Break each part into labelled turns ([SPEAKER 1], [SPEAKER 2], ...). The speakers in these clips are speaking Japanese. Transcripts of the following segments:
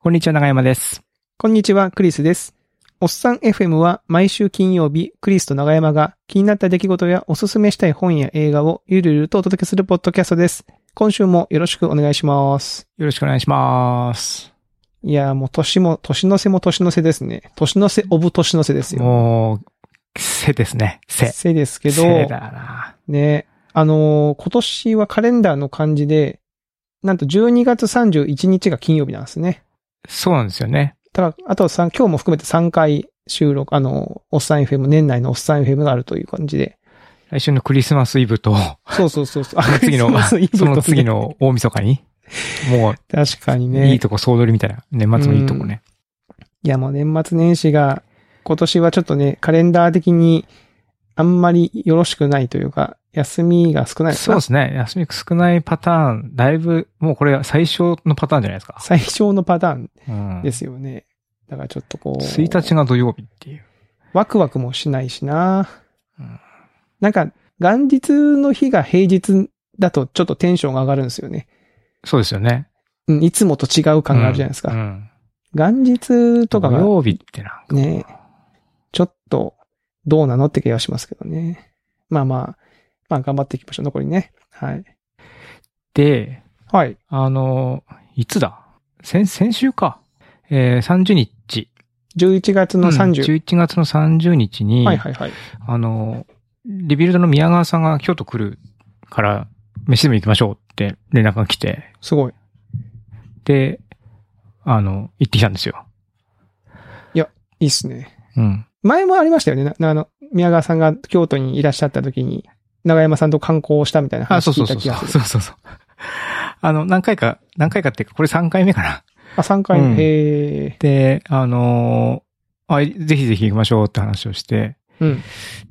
[SPEAKER 1] こんにちは、長山です。
[SPEAKER 2] こんにちは、クリスです。おっさん FM は毎週金曜日、クリスと長山が気になった出来事やおすすめしたい本や映画をゆるゆるとお届けするポッドキャストです。今週もよろしくお願いします。
[SPEAKER 1] よろしくお願いします。
[SPEAKER 2] いやーもう年も、年の瀬も年の瀬ですね。年の瀬オブ年の瀬ですよ。
[SPEAKER 1] もう、せですね。せ。
[SPEAKER 2] 瀬ですけど、
[SPEAKER 1] せだな。
[SPEAKER 2] ね、あのー今年はカレンダーの感じで、なんと12月31日が金曜日なんですね。
[SPEAKER 1] そうなんですよね。
[SPEAKER 2] ただ、あとさん、今日も含めて3回収録、あの、おっさん FM、年内のおっさん FM があるという感じで。
[SPEAKER 1] 来週のクリスマスイブ と、
[SPEAKER 2] そうそうそう そう。
[SPEAKER 1] その次の
[SPEAKER 2] クリスマスイブと
[SPEAKER 1] そ
[SPEAKER 2] ね
[SPEAKER 1] の次。の大晦日に、も
[SPEAKER 2] 確かに
[SPEAKER 1] う、
[SPEAKER 2] ね。
[SPEAKER 1] いいとこ総取りみたいな。年末もいいとこね。
[SPEAKER 2] いや、もう年末年始が、今年はちょっとね、カレンダー的にあんまりよろしくないというか、休みが少ないです
[SPEAKER 1] そうですね。休み少ないパターン、だいぶ、もうこれは最小のパターンじゃないですか。
[SPEAKER 2] 最小のパターン
[SPEAKER 1] うん。
[SPEAKER 2] ですよね。だからちょっとこう。
[SPEAKER 1] 1日が土曜日っていう。
[SPEAKER 2] ワクワクもしないしな
[SPEAKER 1] うん。
[SPEAKER 2] なんか、元日の日が平日だとちょっとテンションが上がるんですよね。
[SPEAKER 1] そうですよね。
[SPEAKER 2] うん、いつもと違う感があるじゃないですか。
[SPEAKER 1] うん。
[SPEAKER 2] 元日とか
[SPEAKER 1] 土
[SPEAKER 2] が
[SPEAKER 1] 曜日ってなんか。
[SPEAKER 2] ね、ちょっとどうなのって気がしますけどね。まあまあ、まあ頑張っていきましょう、残りね。はい。
[SPEAKER 1] で、
[SPEAKER 2] はい。
[SPEAKER 1] あの、いつだ先、先週か。えー、30日。
[SPEAKER 2] 11月の30。
[SPEAKER 1] うん11月の30日に、
[SPEAKER 2] はいはいはい。
[SPEAKER 1] あの、リビルドの宮川さんが京都来るから、飯でも行きましょうって連絡が来て、
[SPEAKER 2] すごい。
[SPEAKER 1] で、あの、行ってきたんですよ。
[SPEAKER 2] いいっすね。
[SPEAKER 1] うん。
[SPEAKER 2] 前もありましたよね。ななあの、宮川さんが京都にいらっしゃった時に、長山さんと観光をしたみたいな
[SPEAKER 1] あ、
[SPEAKER 2] 話
[SPEAKER 1] そう
[SPEAKER 2] 聞
[SPEAKER 1] そう
[SPEAKER 2] い
[SPEAKER 1] そ
[SPEAKER 2] た
[SPEAKER 1] う
[SPEAKER 2] 気
[SPEAKER 1] そう。
[SPEAKER 2] が
[SPEAKER 1] そ
[SPEAKER 2] す
[SPEAKER 1] うそう
[SPEAKER 2] る。
[SPEAKER 1] そう。 あの、何回か、何回かっていうか、これ3回目かな。
[SPEAKER 2] あ、3回目。
[SPEAKER 1] うん
[SPEAKER 2] へえ。
[SPEAKER 1] で、あのあ、ぜひぜひ行きましょうって話をして、
[SPEAKER 2] うん。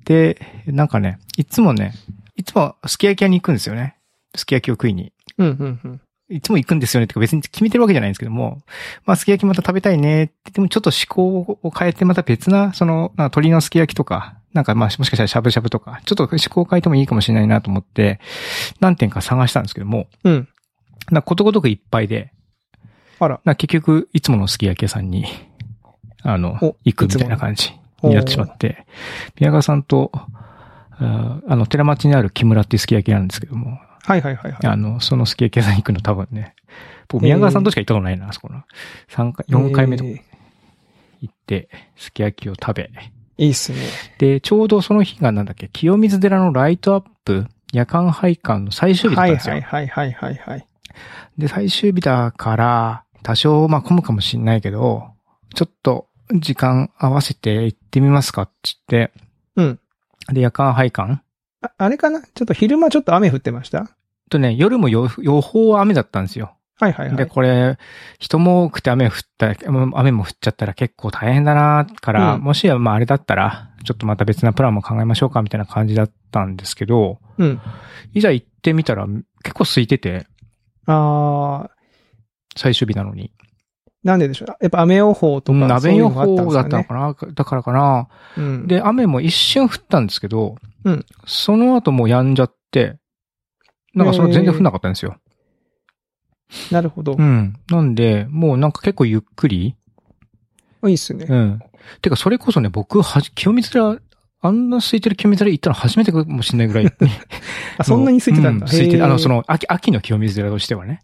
[SPEAKER 1] で、なんかね、いつもね、いつもすき焼き屋に行くんですよね。すき焼きを食いに。
[SPEAKER 2] うんうんうん。
[SPEAKER 1] いつも行くんですよねってか別に決めてるわけじゃないんですけども、まあすき焼きまた食べたいねって、でもちょっと思考を変えてまた別な、その、なんか鶏のすき焼きとか、なんかまあもしかしたらしゃぶしゃぶとか、ちょっと思考を変えてもいいかもしれないなと思って、何点か探したんですけども、
[SPEAKER 2] うん。
[SPEAKER 1] なんかことごとくいっぱいで、
[SPEAKER 2] あら。
[SPEAKER 1] なんか結局いつものすき焼き屋さんに、あの
[SPEAKER 2] お、
[SPEAKER 1] 行くみたいな感じ。になってしまって、宮川さんと、あーあの、寺町にある木村っていうすき焼きなんですけども、
[SPEAKER 2] はいはいはいはい。
[SPEAKER 1] あの、そのすき焼き屋さんに行くの多分ね、僕
[SPEAKER 2] えー
[SPEAKER 1] 宮川さんとしか行ったことないな、あそこの。三回、4回目とか
[SPEAKER 2] え
[SPEAKER 1] 行って、すき焼きを食べ。
[SPEAKER 2] えいいっすね。
[SPEAKER 1] で、ちょうどその日がなんだっけ、清水寺のライトアップ、夜間拝観の最終日だっ
[SPEAKER 2] は
[SPEAKER 1] たん
[SPEAKER 2] い
[SPEAKER 1] ですよ。
[SPEAKER 2] はいはいはいはいはい。
[SPEAKER 1] で、最終日だから、多少、まあ、混むかもしんないけど、ちょっと、時間合わせて行ってみますかって言って、
[SPEAKER 2] うん。
[SPEAKER 1] で、夜間拝観
[SPEAKER 2] ああれかなちょっと昼間ちょっと雨降ってました
[SPEAKER 1] とね、夜も予予報は雨だったんですよ。
[SPEAKER 2] はいはいはい。
[SPEAKER 1] で、これ、人も多くて雨降ったら、うん雨も降っちゃったら結構大変だな、から、
[SPEAKER 2] うん
[SPEAKER 1] もしや、まああれだったら、ちょっとまた別なプランも考えましょうか、みたいな感じだったんですけど、
[SPEAKER 2] うん。
[SPEAKER 1] いざ行ってみたら、結構空いてて、
[SPEAKER 2] ああ、
[SPEAKER 1] 最終日なのに。
[SPEAKER 2] なんででしょう。やっぱ雨予報とか、
[SPEAKER 1] 鍋予報だ
[SPEAKER 2] そういうのがあ
[SPEAKER 1] ったの
[SPEAKER 2] んです
[SPEAKER 1] かなだからかな。
[SPEAKER 2] かね。うん、
[SPEAKER 1] で、雨も一瞬降ったんですけど、
[SPEAKER 2] うん
[SPEAKER 1] その後もう止んじゃって、なんかその全然降んなかったんですよ。
[SPEAKER 2] なるほど。
[SPEAKER 1] うん。なんで、もうなんか結構ゆっくり、
[SPEAKER 2] いいっすね。
[SPEAKER 1] うん。てか、それこそね、僕は、清水寺、あんな空いてる清水寺行ったの初めてかもしれないぐらい。
[SPEAKER 2] あ、そんなに空いてたんだ。
[SPEAKER 1] う空いて
[SPEAKER 2] へ
[SPEAKER 1] る
[SPEAKER 2] ー
[SPEAKER 1] あの、そ。の、秋、秋の清水寺としてはね。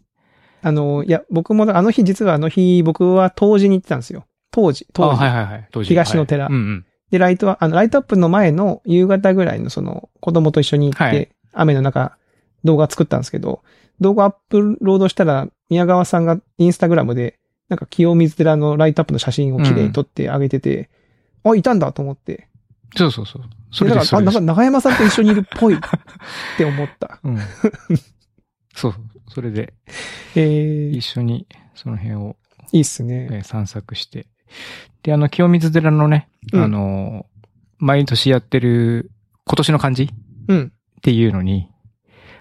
[SPEAKER 2] あの、いや、僕もだ、あの日、実はあの日、僕は当時に行ってたんですよ。当時、
[SPEAKER 1] あ
[SPEAKER 2] 当時。
[SPEAKER 1] はいはいはい。当時
[SPEAKER 2] 東の寺
[SPEAKER 1] はいうんうん。
[SPEAKER 2] で、ライトは、あの、ライトアップの前の夕方ぐらいの、その、子供と一緒に行って、
[SPEAKER 1] はい
[SPEAKER 2] 雨の中、動画作ったんですけど、動画アップロードしたら、宮川さんがインスタグラムで、なんか清水寺のライトアップの写真を綺麗に撮ってあげてて、あ、いたんだと思って。
[SPEAKER 1] そうそうそう。そ
[SPEAKER 2] で
[SPEAKER 1] れで
[SPEAKER 2] だか
[SPEAKER 1] すそ
[SPEAKER 2] ら、あ
[SPEAKER 1] れ
[SPEAKER 2] な
[SPEAKER 1] で
[SPEAKER 2] ん
[SPEAKER 1] す
[SPEAKER 2] か長山さんと一緒にいるっ ぽいって思った。
[SPEAKER 1] うん。そうそう。それで、
[SPEAKER 2] えー、
[SPEAKER 1] 一緒に、その辺を、
[SPEAKER 2] いいっすね。
[SPEAKER 1] えー散策して。で、あの、清水寺のね、
[SPEAKER 2] うん
[SPEAKER 1] あのー、毎年やってる、今年の漢字
[SPEAKER 2] うん。
[SPEAKER 1] っていうのに、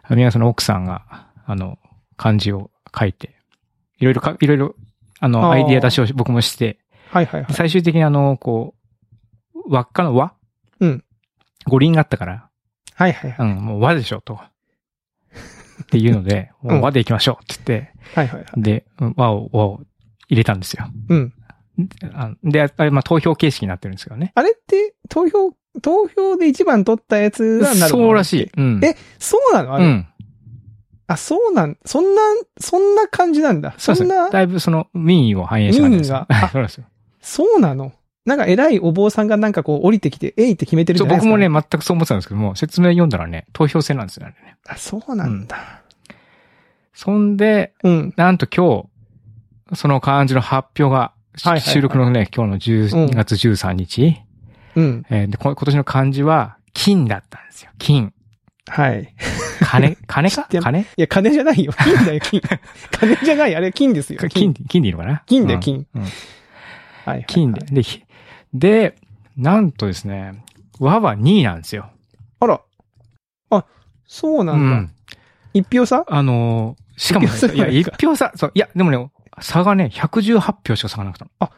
[SPEAKER 1] あ宮さんの奥さんが、あの、漢字を書いて、いろいろか、いろいろ、あの、
[SPEAKER 2] あー
[SPEAKER 1] アイディア出しを僕もして、
[SPEAKER 2] はいはいはい。
[SPEAKER 1] 最終的にあの、こう、輪っかの輪
[SPEAKER 2] うん。
[SPEAKER 1] 五輪があったから、
[SPEAKER 2] はいはいは
[SPEAKER 1] う
[SPEAKER 2] い。
[SPEAKER 1] ん、もう輪でしょ、と。っていうので、
[SPEAKER 2] ん
[SPEAKER 1] もう輪で行きましょう、って言って、
[SPEAKER 2] はいはいはい。
[SPEAKER 1] で、うん輪を、輪を入れたんですよ。
[SPEAKER 2] うん。
[SPEAKER 1] あで、あれ、まあ、投票形式になってるんですけどね。
[SPEAKER 2] あれって、投票、投票で一番取ったやつがなる
[SPEAKER 1] そうらしい。。うん。
[SPEAKER 2] え、そうなのあ
[SPEAKER 1] う
[SPEAKER 2] れ、
[SPEAKER 1] ん。
[SPEAKER 2] あ、そうなん、そんな、そんな感じなんだ。
[SPEAKER 1] そ
[SPEAKER 2] そ
[SPEAKER 1] です
[SPEAKER 2] うん
[SPEAKER 1] ね。
[SPEAKER 2] な、
[SPEAKER 1] だいぶその民意を反映した感じですよ。
[SPEAKER 2] 民意があ
[SPEAKER 1] そうなんですよ。
[SPEAKER 2] そうなの。なんか偉いお坊さんがなんかこう降りてきて、えいって決めてる
[SPEAKER 1] ち
[SPEAKER 2] じ
[SPEAKER 1] ょ
[SPEAKER 2] ゃないで
[SPEAKER 1] 僕
[SPEAKER 2] すか、
[SPEAKER 1] もね、全くそう思ってたんですけども、説明読んだらね、投票制なんですよね。
[SPEAKER 2] あ、そうなんだ。
[SPEAKER 1] そんで、
[SPEAKER 2] うん。
[SPEAKER 1] なんと今日、その漢字の発表が、し
[SPEAKER 2] はいはいはい
[SPEAKER 1] 収録のね、今日の
[SPEAKER 2] うん
[SPEAKER 1] 12月13日、
[SPEAKER 2] うん。
[SPEAKER 1] えーで、こ今年の漢字は、金だったんですよ。金。
[SPEAKER 2] はい。
[SPEAKER 1] 金、金
[SPEAKER 2] 知
[SPEAKER 1] か
[SPEAKER 2] ってん
[SPEAKER 1] 金
[SPEAKER 2] いや、金じゃないよ。金だ よ、金。金じゃない。あれ、金ですよ。
[SPEAKER 1] 金、金でいいのかな
[SPEAKER 2] 金だよ、
[SPEAKER 1] うん
[SPEAKER 2] 金。
[SPEAKER 1] うん
[SPEAKER 2] はいはい。
[SPEAKER 1] 金で。。で、ひで、なんとですね、和は2位なんですよ。
[SPEAKER 2] あら。あ、そうな
[SPEAKER 1] うん
[SPEAKER 2] だ。
[SPEAKER 1] ん。
[SPEAKER 2] 一票差
[SPEAKER 1] あのーしかもね、
[SPEAKER 2] 一票差じゃ
[SPEAKER 1] い
[SPEAKER 2] な
[SPEAKER 1] や、
[SPEAKER 2] いです
[SPEAKER 1] 一
[SPEAKER 2] か
[SPEAKER 1] 票差、そう、いや、でもね、差がね、118票しか差がなかったの。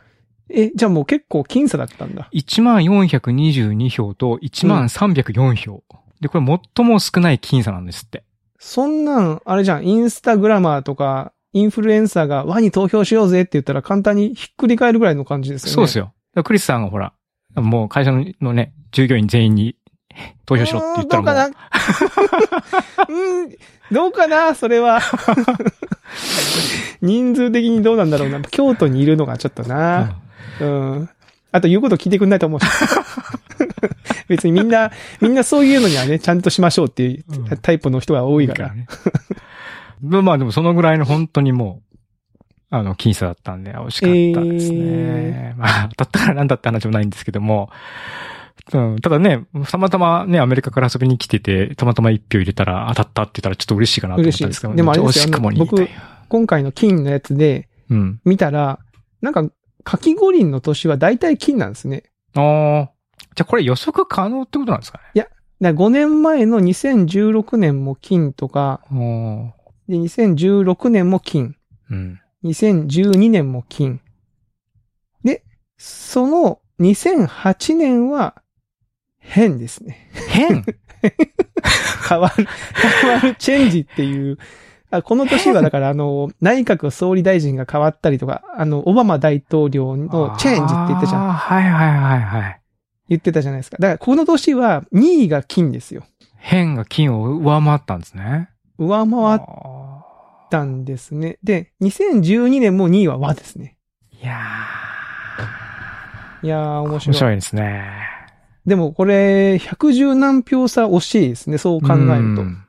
[SPEAKER 2] え、じゃあもう結構僅差だったんだ。
[SPEAKER 1] 1422票と1304票。で、これ最も少ない僅差なんですって。
[SPEAKER 2] そんなん、あれじゃん、インスタグラマーとか、インフルエンサーがワに投票しようぜって言ったら簡単にひっくり返るぐらいの感じですよね。
[SPEAKER 1] そうです
[SPEAKER 2] よ。
[SPEAKER 1] よ。だからクリスさんがほら、もう会社のね、従業員全員に投票しろって言ったらもう、
[SPEAKER 2] どうかな うん、どうかなそ れは。人数的にどうなんだろうな。京都にいるのがちょっと
[SPEAKER 1] うん
[SPEAKER 2] な。うん。あと言うこと聞いてくんないと思うし。 別にみんな、みんなそういうのにはね、ちゃんとしましょうっていう
[SPEAKER 1] うん
[SPEAKER 2] タイプの人が多いか
[SPEAKER 1] から
[SPEAKER 2] ら。
[SPEAKER 1] ね。で まあでもそのぐらいの本当にもう、あの、僅差だったんで、惜しかったですね。
[SPEAKER 2] え
[SPEAKER 1] まあ、当たったからなんだって話もないんですけども、うん、ただね、たまたまね、アメリカから遊びに来てて、たまたま一票入れたら当たったって言ったらちょっと嬉しいかなと思ったんですけど、
[SPEAKER 2] 嬉しいでもあれ
[SPEAKER 1] 惜
[SPEAKER 2] ですよ
[SPEAKER 1] しくもにという。
[SPEAKER 2] 今回の金のやつで
[SPEAKER 1] うん。
[SPEAKER 2] 見たら、なんか、かき五輪の年は大体金なんですね。
[SPEAKER 1] ああ。じゃあこれ予測可能ってことなんですか
[SPEAKER 2] だ5年前の2016年も金とか、
[SPEAKER 1] ね。
[SPEAKER 2] で、2016年も金、
[SPEAKER 1] ああ。うん。
[SPEAKER 2] 2012年も金。で、その2008年は、変ですね。
[SPEAKER 1] 変
[SPEAKER 2] 変わる、変わるチェンジっていう。あこの年はだから、あの、内閣総理大臣が変わったりとか、あの、オバマ大統領のチェンジって言ってたじゃん。
[SPEAKER 1] ああ、はいはいはいはい。
[SPEAKER 2] 言ってたじゃないですか。だから、この年は2位が金ですよ。
[SPEAKER 1] 変が金を上回ったんですね。
[SPEAKER 2] 上回っ
[SPEAKER 1] あ
[SPEAKER 2] たんですね。で、2012年も2位は和ですね。
[SPEAKER 1] ーいや
[SPEAKER 2] いやー、
[SPEAKER 1] ー。
[SPEAKER 2] 面白
[SPEAKER 1] 面
[SPEAKER 2] い。
[SPEAKER 1] 白いですね。
[SPEAKER 2] でもこれ、110何票差惜しいですね。そう考えると。
[SPEAKER 1] う
[SPEAKER 2] こ
[SPEAKER 1] ん。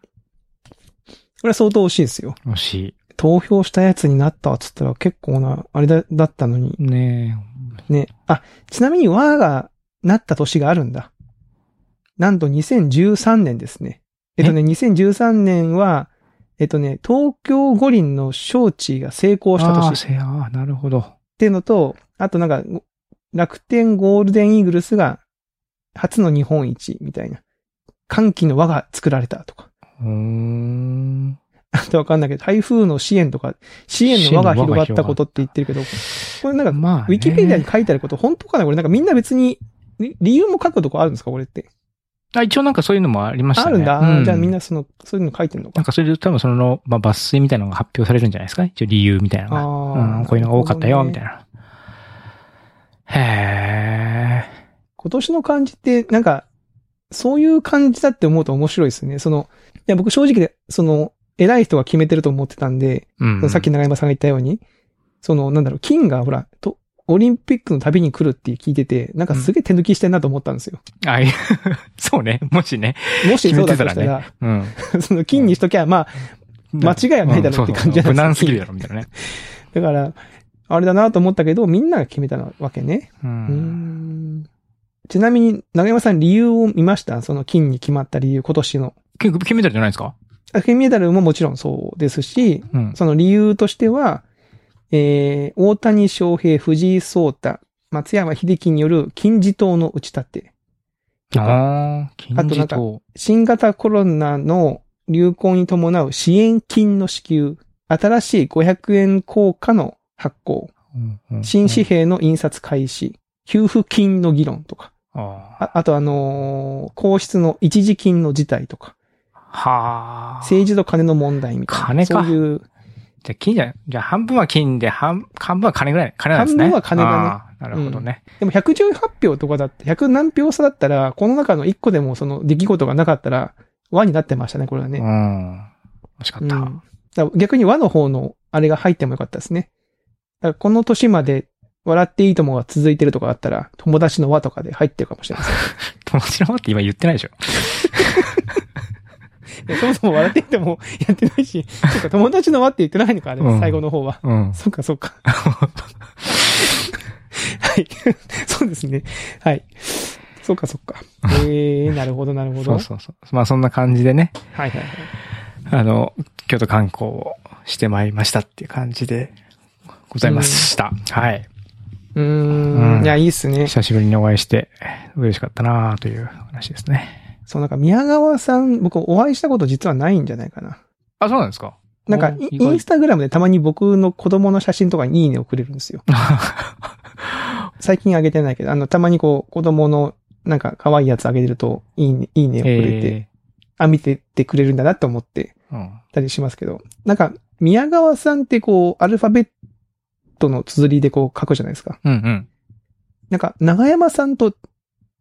[SPEAKER 2] れは相当惜しいですよ。
[SPEAKER 1] もし
[SPEAKER 2] 投票したやつになったっつったら結構な、あれだだったのに。
[SPEAKER 1] い。ね
[SPEAKER 2] ね。あ、ちなみに和がなった年があるんだ。なんと2013年ですね。えっとね、2013年は、えっとね、東京五輪の招致が成功
[SPEAKER 1] え。
[SPEAKER 2] した
[SPEAKER 1] あ
[SPEAKER 2] 年
[SPEAKER 1] あ、。せや、あーなるほど。
[SPEAKER 2] っていうのと、あとなんか、楽天ゴールデンイーグルスが初の日本一みたいな。歓喜の輪が作られたとか。
[SPEAKER 1] うーん。
[SPEAKER 2] あとわかんないけど、台風の支援とか、支援の輪が広がったことって言ってるけど、これなんか、
[SPEAKER 1] まあね、
[SPEAKER 2] ウィキペディアに書いてあること本当かなこれなんかみんな別に、り理由も書くとこあるんですかこれって。
[SPEAKER 1] あ一応なんかそういうのもありました
[SPEAKER 2] あ
[SPEAKER 1] ね。
[SPEAKER 2] るんだ。
[SPEAKER 1] う
[SPEAKER 2] じゃあみんなその、そういうの書いてんの
[SPEAKER 1] なん
[SPEAKER 2] か。
[SPEAKER 1] かそれで多分その、まあ、抜粋みたいなのが発表されるんじゃないですか一応理由みたいなのが。
[SPEAKER 2] あー
[SPEAKER 1] うん、こういうのが多かったよ、みたい
[SPEAKER 2] なるほどね。
[SPEAKER 1] な。へえ。
[SPEAKER 2] 今年の感じって、なんか、そういう感じだって思うと面白いですね。その、いや、僕正直で、その、偉い人が決めてると思ってたんで、
[SPEAKER 1] うん。
[SPEAKER 2] さっき長山さんが言ったように、その、なんだろう、金がほら、と、オリンピックの旅に来るって聞いてて、なんかすげえ手抜きしてんなと思ったんですよ。
[SPEAKER 1] あ、いや そうね。もしね。
[SPEAKER 2] もしそうだと
[SPEAKER 1] 決
[SPEAKER 2] した
[SPEAKER 1] めてた
[SPEAKER 2] ら、
[SPEAKER 1] うん。
[SPEAKER 2] その金にしときゃ、まあ、間違いはないだろうって感じじゃないですか
[SPEAKER 1] うんそうそう無難すぎるだろ、みたいなね。
[SPEAKER 2] だから、あれだなと思ったけど、みんなが決めたわけね。
[SPEAKER 1] う。
[SPEAKER 2] うんん。ちなみに、長山さん理由を見ましたその金に決まった理由、今年の。
[SPEAKER 1] 結構金メダルじゃないですか
[SPEAKER 2] あ金メダルももちろんそうですし、
[SPEAKER 1] うん。
[SPEAKER 2] その理由としては、えー、大谷翔平、藤井聡太、松山秀樹による金字塔の打ち立て。とか
[SPEAKER 1] ああ、金字
[SPEAKER 2] あと
[SPEAKER 1] 塔。
[SPEAKER 2] 新型コロナの流行に伴う支援金の支給、新しい500円硬貨の発行、
[SPEAKER 1] うんうん
[SPEAKER 2] 新紙幣の印刷開始、給付金の議論とか、
[SPEAKER 1] あー
[SPEAKER 2] ああとあのー皇室の一時金の事態とか、
[SPEAKER 1] はあ。
[SPEAKER 2] 政治と金の問題みたいな。
[SPEAKER 1] 金か
[SPEAKER 2] そういう
[SPEAKER 1] じゃあ金じゃ、じゃあ半分は金で、半、半分は金ぐらい、金なんですね。
[SPEAKER 2] 半分は金だね
[SPEAKER 1] あー。なるほどね。
[SPEAKER 2] でも118票とかだって、100何票差だったら、この中の1個でもその出来事がなかったら、和になってましたね、これは
[SPEAKER 1] う
[SPEAKER 2] ね。
[SPEAKER 1] ん。惜しか
[SPEAKER 2] う
[SPEAKER 1] っ
[SPEAKER 2] ん。だ
[SPEAKER 1] た。
[SPEAKER 2] から逆に和の方のあれが入ってもよかったですね。だからこの年まで笑っていいともが続いてるとかだったら、友達の和とかで入ってるかもしれない
[SPEAKER 1] 友達の方って今言ってないでしょ。
[SPEAKER 2] です。そもそも笑っていいともやってないし、そっか、友達の和って言ってないのか、あれ、
[SPEAKER 1] うん
[SPEAKER 2] 最後の方は。
[SPEAKER 1] うん。
[SPEAKER 2] そっか、そっか。はい。そうですね。はい。そっか、そっか。えー、なるほど、なるほど。
[SPEAKER 1] そうそうそう。まあそんな感じでね、
[SPEAKER 2] はいはいはい。
[SPEAKER 1] あの、京都観光をしてまいりましたっていう感じでございました。はい。
[SPEAKER 2] う
[SPEAKER 1] う
[SPEAKER 2] ー。
[SPEAKER 1] んん
[SPEAKER 2] いや、いいっすね。
[SPEAKER 1] 久しぶりにお会いして嬉しかったなという話ですね。
[SPEAKER 2] そう、なんか宮川さん、僕お会いしたこと実はないんじゃないかな。
[SPEAKER 1] あ、そうなんですか
[SPEAKER 2] なんか
[SPEAKER 1] お、
[SPEAKER 2] イ
[SPEAKER 1] 意外
[SPEAKER 2] インスタグラムでたまに僕の子供の写真とかにいいねをくれるんですよ。最近あげてないけど、あの、たまにこう、子供の、なんか、可愛いやつあげてると、いいね、いいねをくれて、
[SPEAKER 1] え
[SPEAKER 2] あ、見てってくれるんだなと思って
[SPEAKER 1] ーうん。
[SPEAKER 2] たりしますけど、なんか、宮川さんってこう、アルファベットの綴りでこう、書くじゃないですか。
[SPEAKER 1] うんうん。
[SPEAKER 2] なんか、長山さんと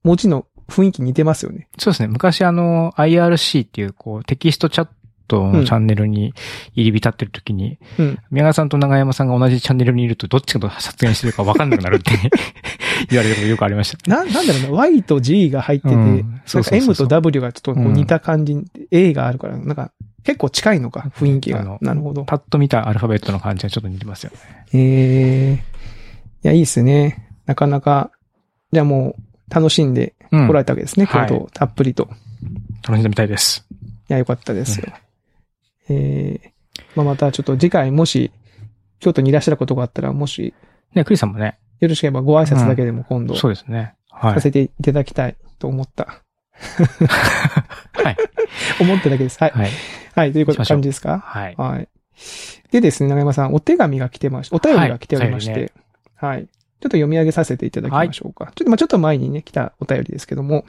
[SPEAKER 2] 文字の雰囲気似てますよね。
[SPEAKER 1] そうですね。昔あの、IRC っていう、こう、テキストチャットのチャンネルに入り浸ってる時に、
[SPEAKER 2] うん
[SPEAKER 1] 宮川さんと長山さんが同じチャンネルにいると、どっちが発言してるか分かんなくなるって 言われることよくありましたね。
[SPEAKER 2] な、なんだ ろうな、Y と G が入ってて、
[SPEAKER 1] うん
[SPEAKER 2] なんか M と W がちょっとこう
[SPEAKER 1] うん
[SPEAKER 2] 似た感じ、A があるから、なんか結構近いのか、雰囲気
[SPEAKER 1] あ
[SPEAKER 2] が
[SPEAKER 1] の。
[SPEAKER 2] なるほど。
[SPEAKER 1] パッと見たアルファベットの感じはちょっと似てますよね。
[SPEAKER 2] へえ。いや、いいっすね。なかなか、じゃあもう楽しんで
[SPEAKER 1] うん
[SPEAKER 2] 来られたわけですね、京都
[SPEAKER 1] は
[SPEAKER 2] をたっぷりと。い、
[SPEAKER 1] 楽しんでみたいです。
[SPEAKER 2] や、よかったですよ。ええまあ、またちょっと次回もし、京都にいらっしゃることがあったら、もし、
[SPEAKER 1] ね、クリスさんもね、
[SPEAKER 2] よろしければご挨拶だけでも今度、
[SPEAKER 1] そ
[SPEAKER 2] さ
[SPEAKER 1] うですね。はい。
[SPEAKER 2] せていただきたいと思った。
[SPEAKER 1] はい。
[SPEAKER 2] 思っただけです。はい。
[SPEAKER 1] はい。
[SPEAKER 2] はい、ということ
[SPEAKER 1] しましょう
[SPEAKER 2] 感じですか
[SPEAKER 1] はい。
[SPEAKER 2] はい。でですね、長山さん、お手紙が来てましお便りが来ておりまして、
[SPEAKER 1] は
[SPEAKER 2] はい
[SPEAKER 1] お
[SPEAKER 2] い、ちょっと読み上げさせていただきましょうか。ちょっと、まあちょっと前にね、来たお便りですけども、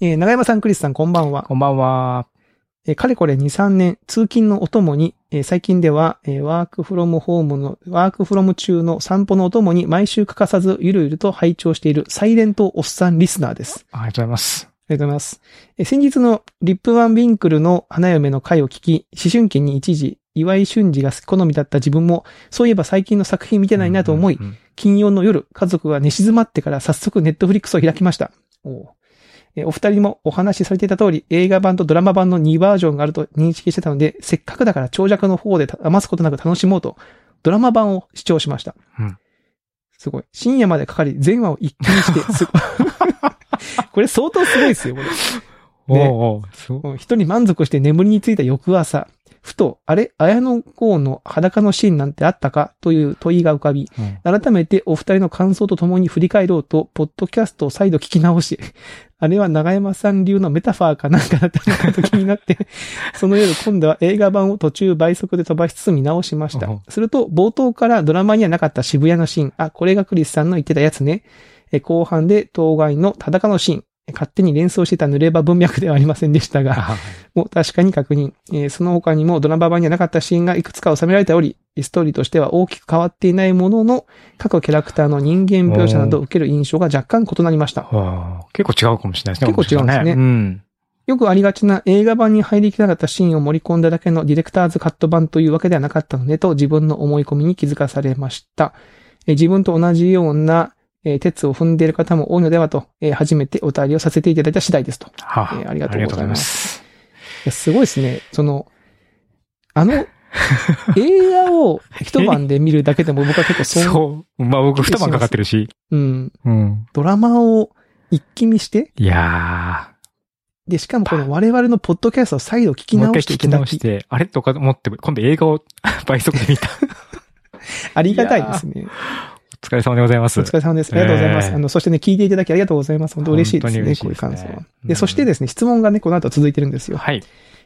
[SPEAKER 2] えー長山さん、クリスさん、こんばんは。
[SPEAKER 1] こんばんは。
[SPEAKER 2] えーかれこれ2、3年、通勤のお供に、えー最近では、えーワークフロムホームの、ワークフロム中の散歩のお供に毎週欠かさずゆるゆると拝聴しているサイレントおっさんリスナーです。
[SPEAKER 1] ありがとうございます。
[SPEAKER 2] ありがとうございます。え先日のリップワンビンクルの花嫁の回を聞き、思春期に一時、岩井俊二が好みだった自分も、そういえば最近の作品見てないなと思い
[SPEAKER 1] うん、うんうん
[SPEAKER 2] 金曜の夜、家族が寝静まってから早速ネットフリックスを開きました。おうえお二人もお話しされていた通り、映画版とドラマ版の2バージョンがあると認識してたので、せっかくだから長尺の方で余すことなく楽しもうと、ドラマ版を視聴しました。
[SPEAKER 1] うん
[SPEAKER 2] すごい。深夜までかかり、全話を一気にして、すごい。 これ相当すごいですよ、これ。ね
[SPEAKER 1] おうおうすごい。
[SPEAKER 2] うん人に満足して眠りについた翌朝、ふと、あれ綾野剛の裸のシーンなんてあったかという問いが浮かび、
[SPEAKER 1] うん
[SPEAKER 2] 改めてお二人の感想とともに振り返ろうと、ポッドキャストを再度聞き直し、 あれは長山さん流のメタファーかなんかだったのかと気になって、 その夜今度は映画版を途中倍速で飛ばしつつ見直しまし
[SPEAKER 1] おほ
[SPEAKER 2] た。すると、冒頭からドラマにはなかった渋谷のシーン、あ、これがクリスさんの言ってたやつね。え後半で当該の田中のシーン、勝手に連想していた濡れ場文脈ではありませんでしたが、
[SPEAKER 1] あ
[SPEAKER 2] を確かに確認。えーその他にもドラマ版にはなかったシーンがいくつか収められており、ストーリーとしては大きく変わっていないものの、各キャラクターの人間描写など受ける印象が若干異なりました。
[SPEAKER 1] あ結構違うかもしれないですね。
[SPEAKER 2] 結構違うんですね
[SPEAKER 1] うん。
[SPEAKER 2] よくありがちな映画版に入りきらなかったシーンを盛り込んだだけのディレクターズカット版というわけではなかったのでと自分の思い込みに気づかされました。えー自分と同じような、えー鉄を踏んでいる方も多いのではと、えー初めてお便りをさせていただいた次第ですと。
[SPEAKER 1] は。
[SPEAKER 2] えーありがとうございますいやすごいですね。その、あの、映画を一晩で見るだけでも僕は結構そう、
[SPEAKER 1] そう。まあ僕二晩かかってるし。
[SPEAKER 2] うん、
[SPEAKER 1] うん。
[SPEAKER 2] ドラマを一気見して、
[SPEAKER 1] いや
[SPEAKER 2] で、しかもこの我々のポッドキャストを再度聞
[SPEAKER 1] ー。
[SPEAKER 2] き
[SPEAKER 1] もう一
[SPEAKER 2] 直
[SPEAKER 1] 回
[SPEAKER 2] して
[SPEAKER 1] 聞
[SPEAKER 2] いた
[SPEAKER 1] き
[SPEAKER 2] だ
[SPEAKER 1] 直し
[SPEAKER 2] き、
[SPEAKER 1] て、あれとか思って、今度映画を 倍速で見た。
[SPEAKER 2] ありがたいですね。
[SPEAKER 1] お疲れ様でございま
[SPEAKER 2] お
[SPEAKER 1] す。
[SPEAKER 2] 疲れ様です。ありがとうございます。
[SPEAKER 1] ええ
[SPEAKER 2] あの、そしてね、聞いていただきありがとうございます。本当嬉しいですね、
[SPEAKER 1] 本当
[SPEAKER 2] こう
[SPEAKER 1] に
[SPEAKER 2] いう
[SPEAKER 1] 嬉しい
[SPEAKER 2] 感
[SPEAKER 1] です
[SPEAKER 2] 想
[SPEAKER 1] ね
[SPEAKER 2] は。
[SPEAKER 1] う
[SPEAKER 2] で、
[SPEAKER 1] ん
[SPEAKER 2] そしてですね、質問がね、この後続いてるんですよ。
[SPEAKER 1] はい。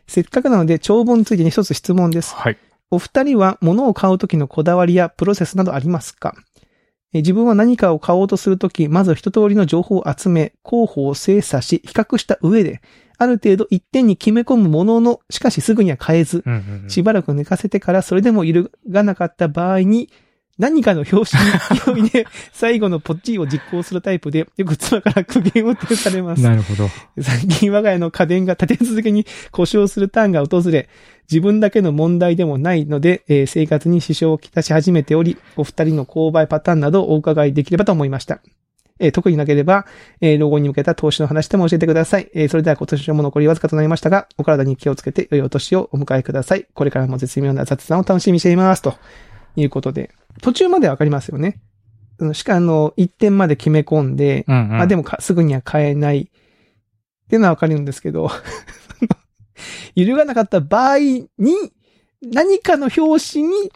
[SPEAKER 2] せっかくなので、長文ついてに一つ質問です。
[SPEAKER 1] はい。
[SPEAKER 2] お二人は物を買うときのこだわりやプロセスなどありますかえ自分は何かを買おうとするとき、まず一通りの情報を集め、候補を精査し、比較した上で、ある程度一点に決め込むものの、しかしすぐには変えず、
[SPEAKER 3] うんうんうん
[SPEAKER 2] しばらく寝かせてからそれでも揺るがなかった場合に、何かの表 紙に勢いで最後のポッチーを実行するタイプで、よく妻から苦言を呈されます。
[SPEAKER 3] なるほど。
[SPEAKER 2] 最近我が家の家電が立て続けに故障するターンが訪れ、自分だけの問題でもないので、えー生活に支障をきたし始めており、お二人の購買パターンなどをお伺いできればと思いました。えー特になければ、えー老後に向けた投資の話でも教えてください。えーそれでは今年も残りわずかとなりましたが、お体に気をつけて良いお年をお迎えください。これからも絶妙な雑談を楽しみにしています。ということで、途中まではわかりますよね。そのしか、あの、一点まで決め込んで、
[SPEAKER 3] うん、うん。
[SPEAKER 2] まあで
[SPEAKER 3] も、
[SPEAKER 2] もかすぐには買えないっていうのはわかるんですけど、そ の揺るがなかった場合に、何かの表紙に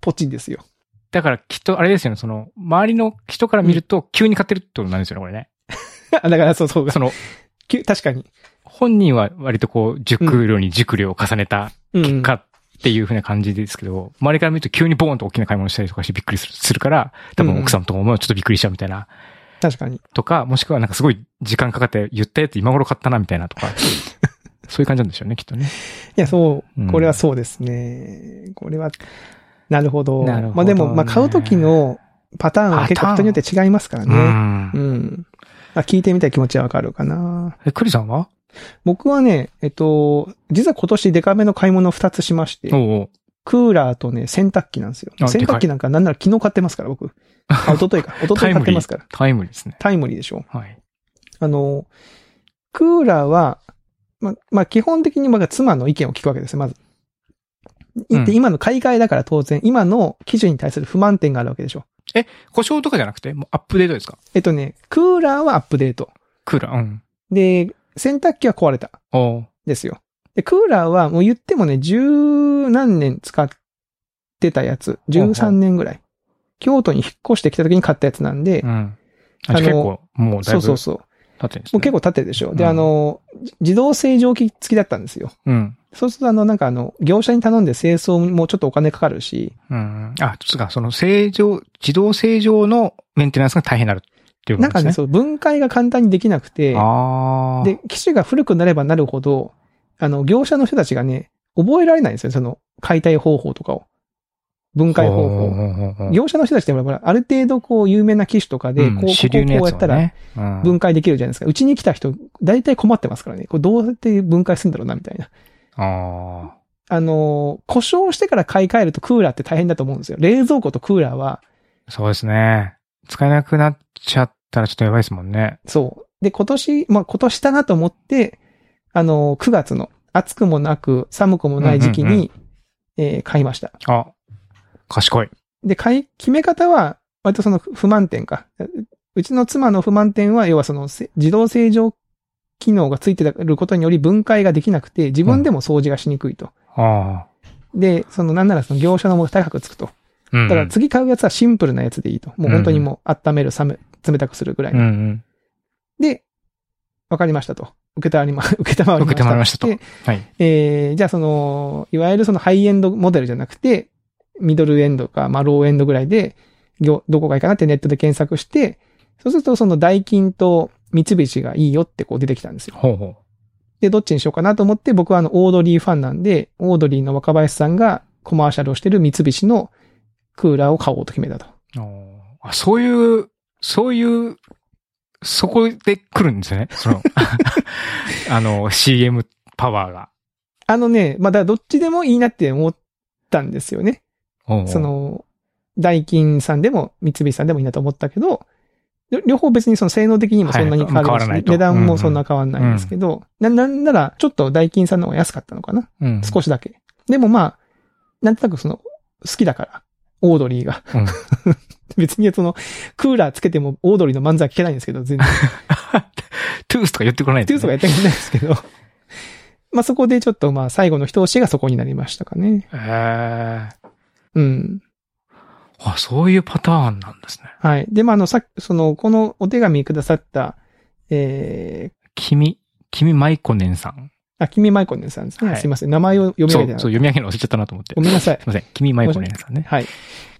[SPEAKER 2] ポチンですよ。
[SPEAKER 1] だからきっとあれですよね、その、周りの人から見ると急に買ってるってことになるんですよね、これね。
[SPEAKER 2] あだからそうそう、
[SPEAKER 1] その、
[SPEAKER 2] きゅ確かに。
[SPEAKER 1] 本人は割とこう、熟量に熟量を重ねた
[SPEAKER 2] うん、
[SPEAKER 1] 結果っていうふうな感じですけど、周りから見ると急にボーンと大きな買い物したりとかしてびっくりするするから、多
[SPEAKER 2] うん
[SPEAKER 1] 分奥さんとかもちょっとびっくりしちゃうみたいな、
[SPEAKER 2] 確かに。
[SPEAKER 1] とか、もしくはなんかすごい時間かかって言ったやつ今頃買ったなみたいなと か、そういう感じなんでしょうね、きっとね。
[SPEAKER 2] いや、そうう、
[SPEAKER 1] ん
[SPEAKER 2] これはそうですね。これは、なるほど。
[SPEAKER 1] なるほどね
[SPEAKER 2] まあでも、まあ買う時のパターンは結構人によって違いますから
[SPEAKER 1] う
[SPEAKER 2] ね。
[SPEAKER 1] ん
[SPEAKER 2] う。ん。まあ聞いてみたい気持ちはわかるかな。
[SPEAKER 1] え、クリさんは
[SPEAKER 2] 僕はね、えっと、実は今年デカめの買い物を2つしまして。
[SPEAKER 1] おうおう
[SPEAKER 2] クーラーとね、洗濯機なんですよ。
[SPEAKER 1] あ
[SPEAKER 2] 洗濯機なんかなんなら昨日買ってますから、僕。あ、一昨日 か。一昨日買ってますから。
[SPEAKER 1] タイムリーですね。
[SPEAKER 2] タイムリーでしょ。
[SPEAKER 1] はい。
[SPEAKER 2] あの、クーラーは、ま、まあ、基本的にまあ妻の意見を聞くわけですよ、まず。
[SPEAKER 1] う
[SPEAKER 2] で
[SPEAKER 1] ん
[SPEAKER 2] 今の買い替えだから当然、今の基準に対する不満点があるわけでしょ。
[SPEAKER 1] 故障とかじゃなくて、もうアップデートですか
[SPEAKER 2] えっとね、クーラーはアップデート。
[SPEAKER 1] クーラー、うん。
[SPEAKER 2] で、洗濯機は壊れた。
[SPEAKER 1] おう
[SPEAKER 2] ですよ。で、クーラーはもう言ってもね、十何年使ってたやつ。13年ぐらい。京都に引っ越してきた時に買ったやつなんで、
[SPEAKER 1] うん。あ、じゃあ結構、もうだい
[SPEAKER 2] そう
[SPEAKER 1] ぶ
[SPEAKER 2] そう
[SPEAKER 1] 経
[SPEAKER 2] そう。
[SPEAKER 1] ってるんですね。
[SPEAKER 2] もう結構経ってるでしょ。で、
[SPEAKER 1] うん
[SPEAKER 2] あの、じ自動清浄機付きだったんですよ。
[SPEAKER 1] うん。
[SPEAKER 2] そうすると、あの、なんかあの、業者に頼んで清掃もちょっとお金かかるし、
[SPEAKER 1] うん。あ、つうか、その正常、自動正常のメンテナンスが大変になるっていうこ
[SPEAKER 2] なん
[SPEAKER 1] とで
[SPEAKER 2] か
[SPEAKER 1] すね。
[SPEAKER 2] ね、そう、分解が簡単にできなくて、
[SPEAKER 1] ああ。
[SPEAKER 2] で、機種が古くなればなるほど、あの、業者の人たちがね、覚えられないんですよ、その、解体方法とかを。分解方
[SPEAKER 1] ほう
[SPEAKER 2] 法。
[SPEAKER 1] ほうほうほう
[SPEAKER 2] 業者の人たちってほら、ほらある程度こう、有名な機種とかで、
[SPEAKER 1] うん
[SPEAKER 2] こう、こ
[SPEAKER 1] 主流
[SPEAKER 2] う、
[SPEAKER 1] のや
[SPEAKER 2] こう
[SPEAKER 1] つ
[SPEAKER 2] やった
[SPEAKER 1] は
[SPEAKER 2] ら
[SPEAKER 1] ねうん
[SPEAKER 2] 分解できるじゃないですか。うちに来た人、大体困ってますからね。これどうやって分解するんだろうな、みたいな。
[SPEAKER 1] ああ。
[SPEAKER 2] あの、故障してから買い替えるとクーラーって大変だと思うんですよ。冷蔵庫とクーラーは、
[SPEAKER 1] そうですね。使えなくなっちゃったらちょっとやばいですもんね。
[SPEAKER 2] そう。で、今年、まあ今年だなと思って、あの、9月の暑くもなく寒くもない時期
[SPEAKER 1] うんうん
[SPEAKER 2] に、えー買いました。
[SPEAKER 1] あ、賢い。
[SPEAKER 2] で、買い、決め方は、割とその不満点か。ううちの妻の不満点は、要はそのせ自動清浄機能がついてることにより分解ができなくて、自分でも掃除がしにくいと。
[SPEAKER 1] ああ。
[SPEAKER 2] で、そのなんならその業者のも高くつくと。
[SPEAKER 1] うん。
[SPEAKER 2] だから次買うやつはシンプルなやつでいいと。もう本当にもう温める、冷め、冷たくするぐらい。
[SPEAKER 1] うんうん。
[SPEAKER 2] で、わかりましたと。受けたわりま、受けたまわりま
[SPEAKER 1] 受け
[SPEAKER 2] した。
[SPEAKER 1] たまわりましたと
[SPEAKER 2] で
[SPEAKER 1] はい。
[SPEAKER 2] えー、じゃあその、いわゆるそのハイエンドモデルじゃなくて、ミドルエンドか、まあローエンドぐらいで、業どこがいいかなってネットで検索して、そうするとそのダイキンと三菱がいいよってこう出てきたんですよ。
[SPEAKER 1] ほうほ
[SPEAKER 2] で、どっちにしようかなと思って、僕はあの、オードリーファンなんで、オードリーの若林さんがコマーシャルをしてる三菱のクーラーを買おうと決めたと。
[SPEAKER 1] う。あーあ、そういう、そういう、そこで来るんですね。 その、あの、CM パワーが。
[SPEAKER 2] あのね、まあだからどっちでもいいなって思ったんですよね。
[SPEAKER 1] ほうほう
[SPEAKER 2] そ、の、ダイキンさんでも三菱さんでもいいなと思ったけど、りょ両方別にその性能的にもそんなに変わ
[SPEAKER 1] はい変わ
[SPEAKER 2] ら
[SPEAKER 1] ら
[SPEAKER 2] な
[SPEAKER 1] ないい
[SPEAKER 2] し、
[SPEAKER 1] と
[SPEAKER 2] 値段もそんな変わらないんですけど、な、なんならちょっとダイキンさんの方が安かったのかな
[SPEAKER 1] うん、
[SPEAKER 2] 少しだけ。でもまあ、なんとなくその、好きだから、オードリーが。
[SPEAKER 1] うん
[SPEAKER 2] 別にその、クーラーつけてもオードリーの漫才は聞けないんですけど、全然。
[SPEAKER 1] トゥースとか言ってこないん
[SPEAKER 2] って
[SPEAKER 1] で
[SPEAKER 2] いう
[SPEAKER 1] す
[SPEAKER 2] とか
[SPEAKER 1] ね
[SPEAKER 2] やってくれないんですけ ど。まあそこでちょっとまあ最後の一押しがそこになりましたかね。
[SPEAKER 1] ええ
[SPEAKER 2] うん。
[SPEAKER 1] あ、そういうパターンなんですね。
[SPEAKER 2] はい。で、まあ、あの、さっき、その、このお手紙くださった、え
[SPEAKER 1] 君、君マイコネンさん。
[SPEAKER 2] ー、あ、君マイコネンさんですね。
[SPEAKER 1] はい
[SPEAKER 2] すいません。名前を読み
[SPEAKER 1] そ
[SPEAKER 2] 上
[SPEAKER 1] う、
[SPEAKER 2] げてな
[SPEAKER 1] そ、
[SPEAKER 2] いう
[SPEAKER 1] 読み上げるの忘れちゃったなと思って。
[SPEAKER 2] ごめんなさい
[SPEAKER 1] すい。ません。君マイコネンさんね。
[SPEAKER 2] はい。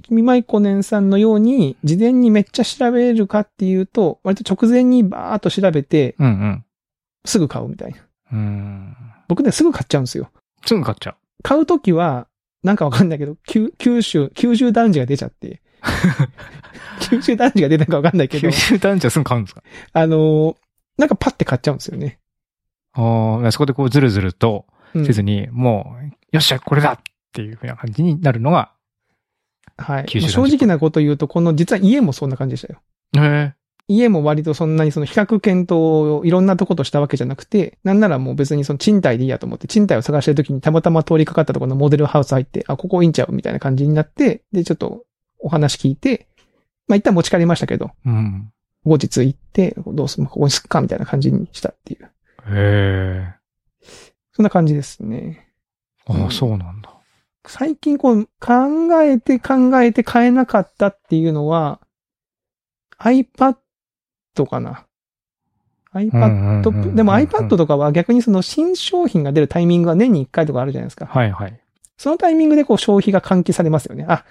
[SPEAKER 2] 君マイコネンさんのように、事前にめっちゃ調べるかっていうと、割と直前にバーっと調べて、
[SPEAKER 1] うんうん。
[SPEAKER 2] すぐ買うみたいな。
[SPEAKER 1] ううん。
[SPEAKER 2] 僕ね、すぐ買っちゃうんですよ。
[SPEAKER 1] すぐ買っちゃ。
[SPEAKER 2] 買うときは、なんかわかんないけど、九九州、九州男児が出ちゃって。九州男児が出たかわかんないうけど
[SPEAKER 1] 九、州男児はすぐ買うんですか
[SPEAKER 2] あのーなんかパッて買っちゃうんですよね。
[SPEAKER 1] ああ、そこでこうずるずると
[SPEAKER 2] うん
[SPEAKER 1] せずに、もう、よっしゃ、これだっていうふうな感じになるのが、
[SPEAKER 2] はい。
[SPEAKER 1] 九州
[SPEAKER 2] まあ
[SPEAKER 1] 男児
[SPEAKER 2] 正直なこと言うと、この、実は家もそんな感じでしたよ。
[SPEAKER 1] へえ。
[SPEAKER 2] 家も割とそんなにその比較検討をいろんなとことしたわけじゃなくて、なんならもう別にその賃貸でいいやと思って、賃貸を探してる時にたまたま通りかかったところのモデルハウス入って、あ、ここいいんちゃうみたいな感じになって、で、ちょっとお話聞いて、まあ一旦持ち帰りましたけど、
[SPEAKER 1] うん。
[SPEAKER 2] 後日行って、どうするここにすっかみたいな感じにしたっていう。
[SPEAKER 1] へえ。
[SPEAKER 2] そんな感じですね。
[SPEAKER 1] あ
[SPEAKER 2] う
[SPEAKER 1] あ、
[SPEAKER 2] ん
[SPEAKER 1] そうなんだ。
[SPEAKER 2] 最近こう、考えて考えて買えなかったっていうのは、iPad かな。iPad トップでも iPad
[SPEAKER 1] と。
[SPEAKER 2] とかは逆にその新商品が出るタイミングは年に1回とかあるじゃないですか。
[SPEAKER 1] はいはい。
[SPEAKER 2] そのタイミングでこう消費が喚起されますよね。あ、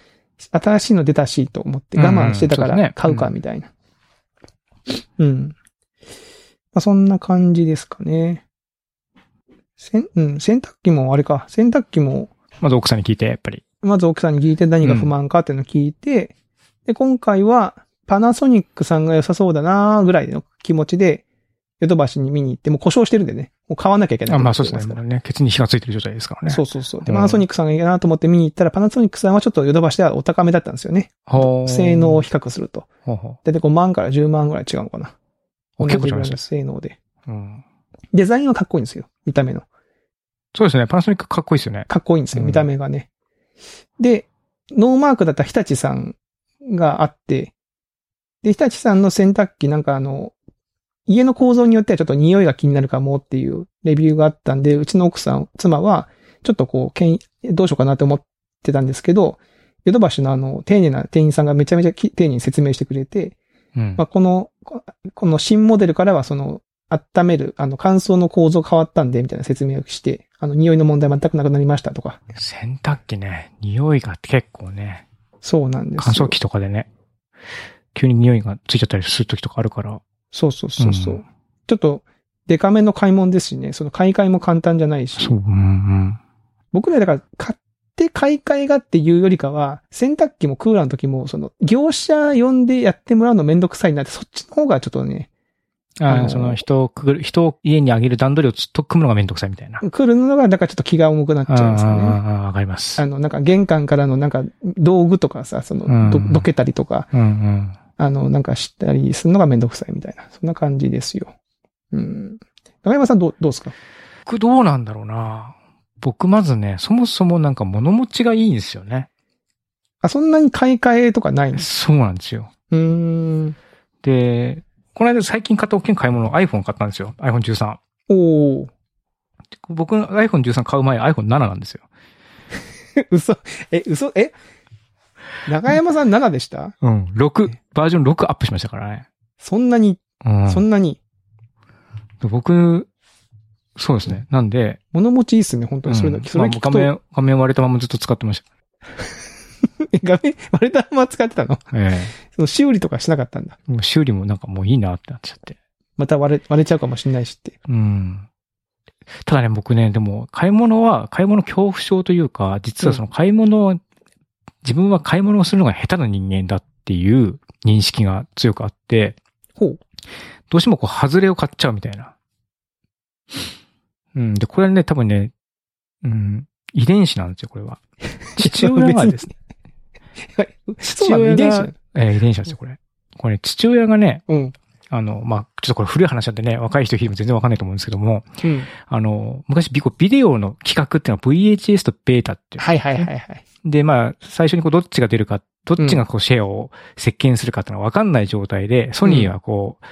[SPEAKER 2] 新しいの出たしと思って
[SPEAKER 1] うんうん
[SPEAKER 2] 我慢してたか
[SPEAKER 1] そうです
[SPEAKER 2] ら
[SPEAKER 1] ね
[SPEAKER 2] 買うかみたいな。うん。まあそんな感じですかね。せん、うん、洗濯機もあれか。洗濯機も、
[SPEAKER 1] まず奥さんに聞いて、やっぱり。
[SPEAKER 2] まず奥さんに聞いて何が不満かっていうのを聞いて、で、今回はパナソニックさんが良さそうだなーぐらいの気持ちで、ヨドバシに見に行って、もう故障してるんでね、もう買わなきゃいけない
[SPEAKER 1] あ
[SPEAKER 2] と
[SPEAKER 1] ま
[SPEAKER 2] 思
[SPEAKER 1] あ
[SPEAKER 2] って
[SPEAKER 1] そ
[SPEAKER 2] ま
[SPEAKER 1] う
[SPEAKER 2] す
[SPEAKER 1] で
[SPEAKER 2] か
[SPEAKER 1] す
[SPEAKER 2] ら。
[SPEAKER 1] ね。もうね、ケツに火がついてる状態ですからね。。
[SPEAKER 2] そううそうそう。で、
[SPEAKER 1] うん
[SPEAKER 2] パナソニックさんがいいなと思って見に行ったら、パナソニックさんはちょっとヨドバシではお高めだったんですよね。
[SPEAKER 1] ほう
[SPEAKER 2] 性能を。比較すると。
[SPEAKER 1] ほうほ
[SPEAKER 2] だいたい5万から10万ぐらい違うのかな。
[SPEAKER 1] う結構違い
[SPEAKER 2] 同
[SPEAKER 1] ま
[SPEAKER 2] じぐら
[SPEAKER 1] す
[SPEAKER 2] の
[SPEAKER 1] ね。
[SPEAKER 2] 性能で。
[SPEAKER 1] うん。
[SPEAKER 2] デザインはかっこいいんですよ。見た目の。
[SPEAKER 1] そうですね。パナソニックかっこいいですよね。
[SPEAKER 2] かっこいいんですよ。
[SPEAKER 1] うん
[SPEAKER 2] 見た目がね。で、ノーマークだった日立さんがあって、で、日立さんの洗濯機なんかあの、家の構造によってはちょっと匂いが気になるかもっていうレビューがあったんで、うちの奥さん、妻は、ちょっとこう、けん、どうしようかなって思ってたんですけど、ヨドバシのあの、丁寧な店員さんがめちゃめちゃき丁寧に説明してくれて、
[SPEAKER 1] うん
[SPEAKER 2] まあ、。この、ここの新モデルからはその、温める、あの、乾燥の構造変わったんで、みたいな説明をして、あの、匂いの問題全くなくなりましたとか、
[SPEAKER 1] 洗濯機ね、匂いが結構ね、
[SPEAKER 2] そうなんですよ。
[SPEAKER 1] 乾燥機とかでね、急に匂いがついちゃったりする時とかあるから。
[SPEAKER 2] そうそうそうそう。
[SPEAKER 1] うん
[SPEAKER 2] ちょっと、デカめの買い物ですしね、その買い替えも簡単じゃないし
[SPEAKER 1] そう、、うん
[SPEAKER 2] 僕らだから買って買い替えがっていうよりかは、洗濯機もクーラーの時も、その、業者呼んでやってもらうのめんどくさいなって、そっちの方がちょっとね、
[SPEAKER 1] うん。あ
[SPEAKER 2] あの
[SPEAKER 1] の、その人をくぐる、人を家にあげる段取りをずっと組むのがめんどくさいみたいな。
[SPEAKER 2] 来るのが、だからちょっと気が重くなっちゃうんですよ
[SPEAKER 1] あ
[SPEAKER 2] ね。
[SPEAKER 1] あああ、わかります。
[SPEAKER 2] あの、なんか玄関からのなんか道具とかさ、その、ど
[SPEAKER 1] うん
[SPEAKER 2] どけたりとか、
[SPEAKER 1] うんうん。
[SPEAKER 2] あの、なんかしたりするのがめんどくさいみたいな、そんな感じですよ。うん。中山さんどう、どうですか
[SPEAKER 1] 僕どうなんだろうな。僕まずね、そもそもなんか物持ちがいいんですよね。
[SPEAKER 2] あ、そんなに買い替えとかないんです
[SPEAKER 1] そうなんですよ。
[SPEAKER 2] うーん。
[SPEAKER 1] で、この間最近買った大きな買い物、iPhone 買ったんですよ。iPhone13。
[SPEAKER 2] おお。
[SPEAKER 1] 僕 iPhone13 買う前 iPhone7 なんですよ。
[SPEAKER 2] 嘘。え、嘘、え中山さん7でした
[SPEAKER 1] うん。6、バージョン6アップしましたからね。
[SPEAKER 2] そんなに、
[SPEAKER 1] うん。
[SPEAKER 2] そんなに、
[SPEAKER 1] 僕、そうですね。なんで、
[SPEAKER 2] 物持ちいいっすね、本当に。それだ
[SPEAKER 1] うん
[SPEAKER 2] け、それ聞
[SPEAKER 1] まあ
[SPEAKER 2] く
[SPEAKER 1] 画
[SPEAKER 2] と、
[SPEAKER 1] 面、画面割れたままずっと使ってまし
[SPEAKER 2] え 画面、割れたまま使ってたの
[SPEAKER 1] た。え
[SPEAKER 2] その修理とかしなかったんだ。
[SPEAKER 1] えもう修理もなんかもういいなってなっちゃって。
[SPEAKER 2] また割れ、割れちゃうかもしれないしって。
[SPEAKER 1] うん。ただね、僕ね、でも、買い物は、買い物恐怖症というか、実はその買い物を、自分は買い物をするのが下手な人間だっていう認識が強くあって、
[SPEAKER 2] ほう。
[SPEAKER 1] どうしてもこう、外れを買っちゃうみたいな。うん。で、これはね、多分ね、うん、遺伝子なんですよ、これは。父親がですね、
[SPEAKER 2] はい。 そうなの
[SPEAKER 1] 父親
[SPEAKER 2] 遺伝
[SPEAKER 1] が
[SPEAKER 2] 子なの
[SPEAKER 1] えー遺伝子なんですよ、これ。これ、父親がね、
[SPEAKER 2] うん。
[SPEAKER 1] あの、まあ、ちょっとこれ古い話なんでね、若い人聞いても全然わかんないと思うんですけども、
[SPEAKER 2] うん。
[SPEAKER 1] あの、昔ビコビデオの企画っていうのは VHS とベータっていう。
[SPEAKER 2] はいはいはいはい。
[SPEAKER 1] で、まあ、最初にこうどっちが出るか、どっちがこうシェアを席巻するかっていうのは分かんない状態で、ソニーはこう、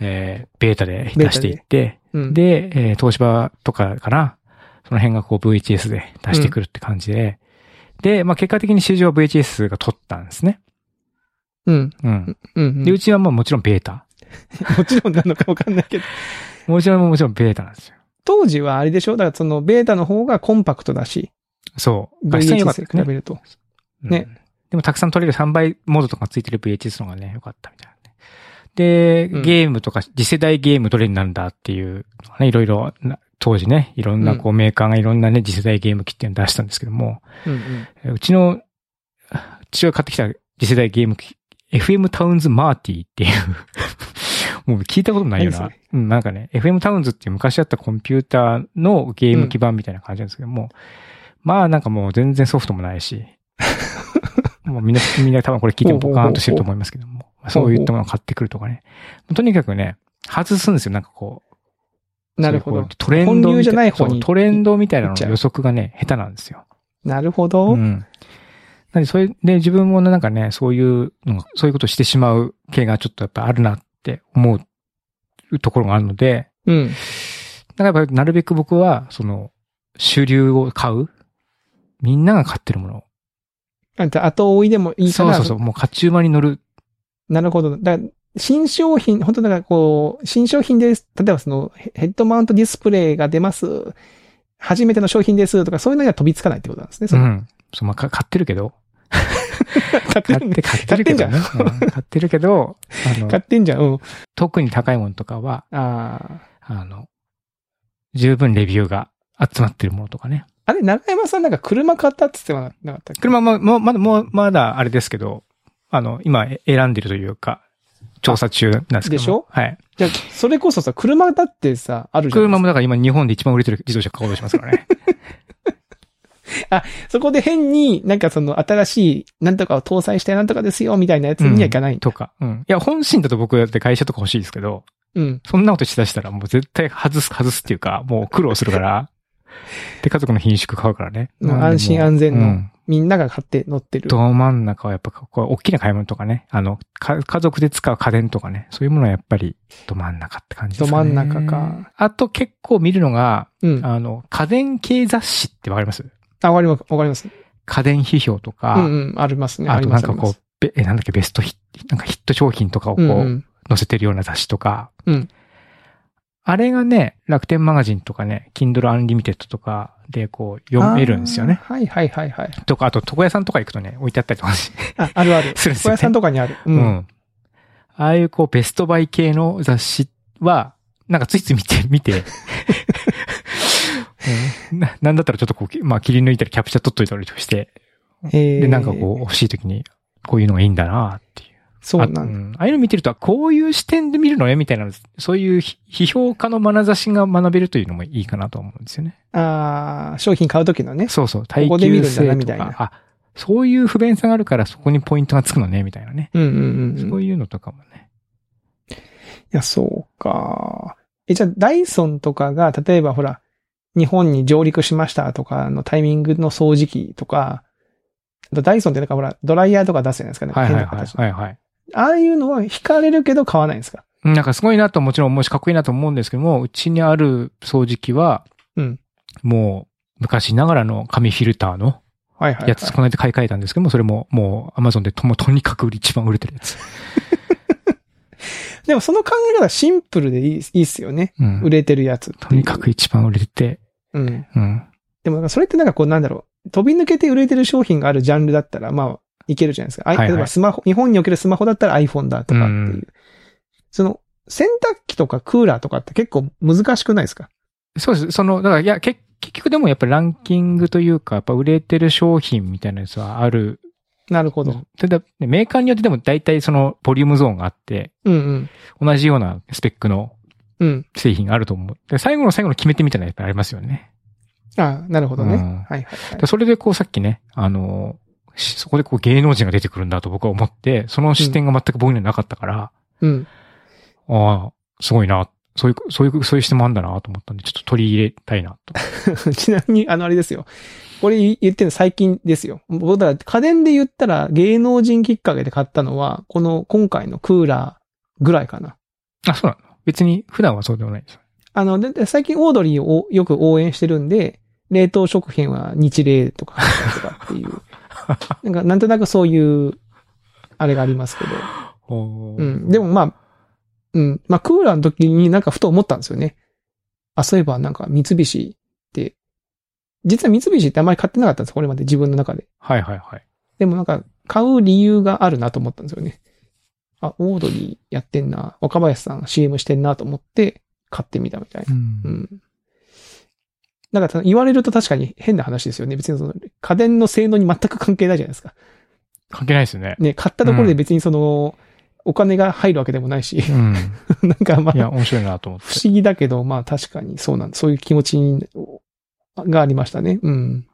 [SPEAKER 1] えー、ベータで出していって、
[SPEAKER 2] うん。、
[SPEAKER 1] で、えー東芝とかかな、その辺がこう VHS で出してくるって感じで、で、まあ結果的に市場は VHS が取ったんですね。
[SPEAKER 2] うん。
[SPEAKER 1] うん。
[SPEAKER 2] うん、うん。
[SPEAKER 1] で、うちはまあもちろんベータ。
[SPEAKER 2] もちろんなのかわかんないけど。
[SPEAKER 1] もちろんもちろんベータなんですよ。
[SPEAKER 2] 当時はあれでしょだからそのベータの方がコンパクトだし、
[SPEAKER 1] そう。画質が良かった
[SPEAKER 2] VHS
[SPEAKER 1] で
[SPEAKER 2] 比
[SPEAKER 1] すね
[SPEAKER 2] べると。ね
[SPEAKER 1] ね。でもたくさん取れる3倍モードとかついてる VHS の方がね、良かったみたいなね。で
[SPEAKER 2] うん、
[SPEAKER 1] ゲームとか、次世代ゲームどれになるんだっていうのがね、いろいろな当時ね、いろんなこうメーカーがいろんなね、次世代ゲーム機っていうのを出したんですけども、
[SPEAKER 2] うんうん。
[SPEAKER 1] うちの、父親が買ってきた次世代ゲーム機、FM タウンズマーティーっていう、もう 聞いたことないような
[SPEAKER 2] 何そ、
[SPEAKER 1] うん、なんかね、FM タウンズっていう昔あったコンピューターのゲーム機版みたいな感じなんですけども、まあなんかもう全然ソフトもない し、もうみんな、みんな多分これ聞いてもポカーンとしてると思いますけども、まあそういったものを買ってくるとかね。とにかくね、外すんですよ、なんかこう、
[SPEAKER 2] なるほ
[SPEAKER 1] そういう
[SPEAKER 2] ど
[SPEAKER 1] こう。トレンドみた
[SPEAKER 2] 本流じゃない方に
[SPEAKER 1] そうトレンドみたいなの
[SPEAKER 2] 行っちゃ
[SPEAKER 1] の
[SPEAKER 2] う
[SPEAKER 1] 予測がね、下手なんですよ。
[SPEAKER 2] なるほど。
[SPEAKER 1] う
[SPEAKER 2] うん
[SPEAKER 1] ん。なんで、それで自分もねなんかね、そういうのが、そういうことしてしまう系がちょっとやっぱあるなって思うところがあるので、。だからやっぱなるべく僕は、その、主流を買う。みんなが買ってるもの。
[SPEAKER 2] あんた後追いでもいいか
[SPEAKER 1] そう
[SPEAKER 2] ら。
[SPEAKER 1] そうそう。もう勝ち馬に乗る。
[SPEAKER 2] なるほど。だから新商品、本当だからこう、新商品です。例えばその、ヘヘッドマウントディスプレイが出ます。初めての商品ですとか、そういうのには飛びつかないってことなんですね。
[SPEAKER 1] う
[SPEAKER 2] その
[SPEAKER 1] ん。そう、まあ、か買ってるけど。
[SPEAKER 2] 買って
[SPEAKER 1] 買
[SPEAKER 2] るん
[SPEAKER 1] って、
[SPEAKER 2] で
[SPEAKER 1] 買ってるけどね。うん買ってるけど、あの
[SPEAKER 2] 買、ってんじゃん。うん。
[SPEAKER 1] 特に高いものとかは、
[SPEAKER 2] ああ。
[SPEAKER 1] あの、十分レビューが集まってるものとかね。
[SPEAKER 2] あれ、長山さんなんか車買ったって言ってなかったっけ
[SPEAKER 1] 車も、もうまだ、もう、まだあれですけど、あの、今え選んでるというか、調査中なんですけども。
[SPEAKER 2] でしょ
[SPEAKER 1] はい。
[SPEAKER 2] じゃあそれこそさ、車だってさ、あるじゃん。
[SPEAKER 1] 車もだから今日本で一番売れてる自動車買おうとします からね。
[SPEAKER 2] そこで変になんかその新しいなんとかを搭載してなんとかですよ、みたいなやつにはいかない。
[SPEAKER 1] とか。うん。いや、本心だと僕だって会社とか欲しいですけど、
[SPEAKER 2] うん。
[SPEAKER 1] そんなことしだしたらもう絶対外す、外すっていうか、もう苦労する から。で、家族の品種買うからね。
[SPEAKER 2] も
[SPEAKER 1] なん
[SPEAKER 2] う
[SPEAKER 1] でもう
[SPEAKER 2] 安心安全の
[SPEAKER 1] うん
[SPEAKER 2] みんなが買って乗ってる。
[SPEAKER 1] ど真ん中はやっぱ、こう、大きな買い物とかね、あの、か家族で使う家電とかね、そういうものはやっぱり、ど真ん中って感じですかね。
[SPEAKER 2] ど真ん中か。
[SPEAKER 1] あと結構見るのが、
[SPEAKER 2] うん。あ、
[SPEAKER 1] あの、家電系雑誌ってわかります
[SPEAKER 2] わかります。わかります。
[SPEAKER 1] 家電批評とか、
[SPEAKER 2] うんうん。ありますね。あ
[SPEAKER 1] あ
[SPEAKER 2] り
[SPEAKER 1] となん
[SPEAKER 2] ます。
[SPEAKER 1] かこう、べえ、なんだっけ、ベストヒット、なんかヒット商品とかをこう、
[SPEAKER 2] うんうん
[SPEAKER 1] 載せてるような雑誌とか、
[SPEAKER 2] うん
[SPEAKER 1] あれがね、楽天マガジンとかね、Kindle Unlimited とかでこう、読めるんですよね。
[SPEAKER 2] あーはいはいはいはい。
[SPEAKER 1] とか、あと、床屋さんとか行くとね、置いてあったりとかし。
[SPEAKER 2] あ、あるある
[SPEAKER 1] するんです
[SPEAKER 2] 小
[SPEAKER 1] よ、ね。
[SPEAKER 2] 屋さんとかにある。う。
[SPEAKER 1] うんん。ああいうこうベストバイ系の雑誌は、なんかついつい見て、 見て、うんななんだったらちょっとこう、まあ切り抜いたりキャプチャー取っといたりとかして、
[SPEAKER 2] えー
[SPEAKER 1] で、なんかこう欲しい時にこういうのがいいんだなっていう。
[SPEAKER 2] そう
[SPEAKER 1] あ,、
[SPEAKER 2] な
[SPEAKER 1] うんん、
[SPEAKER 2] だ。
[SPEAKER 1] ああいうの見てると、あこういう視点で見るのねみたいな、そういうひ批評家の眼差しが学べるというのもいいかなと思うんですよね。
[SPEAKER 2] ああ、商品買うときのね。
[SPEAKER 1] そうそう、耐
[SPEAKER 2] ここで見る
[SPEAKER 1] 久
[SPEAKER 2] んだな
[SPEAKER 1] 性
[SPEAKER 2] み
[SPEAKER 1] と
[SPEAKER 2] たいな
[SPEAKER 1] か、あ、そういう不便さがあるからそこにポイントがつくのね、みたいなね。
[SPEAKER 2] うんうんうん
[SPEAKER 1] そ
[SPEAKER 2] うん。いう
[SPEAKER 1] いうのとかもね。
[SPEAKER 2] や、そうか。え、じゃあ、ダイソンとかが、例えばほら、日本に上陸しましたとかのタイミングの掃除機とか、あとダイソンってなんかほら、ドライヤーとか出すじゃないですかね。
[SPEAKER 1] はいはい
[SPEAKER 2] 変
[SPEAKER 1] は。
[SPEAKER 2] ない形
[SPEAKER 1] はいはい
[SPEAKER 2] ああいうのは惹かれるけど買わないんですか
[SPEAKER 1] なんかすごいなともちろん思うし、かっこいいなと思うんですけども、うちにある掃除機は、
[SPEAKER 2] うん
[SPEAKER 1] もう、昔ながらの紙フィルターの
[SPEAKER 2] はいはい、はい。
[SPEAKER 1] やつ、この間買い替えたんですけども、それももう Amazon でともとにかく売り一番売れてるやつ。
[SPEAKER 2] でもその考え方はシンプルでいいいいっすよね。
[SPEAKER 1] うん
[SPEAKER 2] 売れてるやつっていう
[SPEAKER 1] とにかく。一番売れてて、
[SPEAKER 2] うん。
[SPEAKER 1] うん。
[SPEAKER 2] でもなんかそれってなんかこうなんだろう。飛び抜けて売れてる商品があるジャンルだったら、まあ、いけるじゃないですか。あい
[SPEAKER 1] はいはい
[SPEAKER 2] 例えばスマホ、日本におけるスマホだったら iPhone だとかっていう。
[SPEAKER 1] うん
[SPEAKER 2] その、洗濯機とかクーラーとかって結構難しくないですか
[SPEAKER 1] そうです。その、だから、いや、け結局でもやっぱりランキングというか、やっぱ売れてる商品みたいなやつはある。
[SPEAKER 2] なるほど。
[SPEAKER 1] ただ、ねメーカーによってでも大体そのボリュームゾーンがあって、
[SPEAKER 2] うんうん。
[SPEAKER 1] 同じようなスペックの
[SPEAKER 2] うん。
[SPEAKER 1] 製品があると思う。で最後の最後の決め手みたいなのやっぱりありますよね。
[SPEAKER 2] ああなるほどね。
[SPEAKER 1] う
[SPEAKER 2] は
[SPEAKER 1] ん
[SPEAKER 2] いはいはい
[SPEAKER 1] で。それでこうさっきね、あの、しそこでこう芸能人が出てくるんだと僕は思って、その視点が全く僕にはなかったから、
[SPEAKER 2] うん。
[SPEAKER 1] ああ、すごいな。そういう、そういう、そういう視点もあんだなと思ったんで、ちょっと取り入れたいなと。
[SPEAKER 2] ちなみに、あの、あれですよ。これ言言ってるの最近ですよ。僕だから家電で言ったら芸能人きっかけで買ったのは、この今回のクーラーぐらいかな。
[SPEAKER 1] あ、そうなの別に普段はそうでもないです。
[SPEAKER 2] あの、でで最近オードリーをよく応援してるんで、冷凍食品は日冷とかとかっていう。なんか、なんとなくそういう、あれがありますけど。
[SPEAKER 1] お
[SPEAKER 2] う
[SPEAKER 1] ー
[SPEAKER 2] ん。でもまあ、うん。まあ、クーラーの時になんかふと思ったんですよね。あ、そういえばなんか三菱って、実は三菱ってあんまり買ってなかったんですこれまで自分の中で。
[SPEAKER 1] はいはいはい。
[SPEAKER 2] でもなんか、買う理由があるなと思ったんですよね。あ、オードリーやってんな。若林さん CM してんなと思って、買ってみたみたいな。
[SPEAKER 1] うん
[SPEAKER 2] うん。なんかた言われると確かに変な話ですよね。別にその家電の性能に全く関係ないじゃないですか。
[SPEAKER 1] 関係ないですよね。
[SPEAKER 2] ね、買ったところで別にその、お金が入るわけでもないし、
[SPEAKER 1] うん。
[SPEAKER 2] なんかま
[SPEAKER 1] いや、
[SPEAKER 2] あ、
[SPEAKER 1] 面白いなと思って。
[SPEAKER 2] 不思議だけど、まあ確かにそうなんそういう気持ちにがありましたね。うん。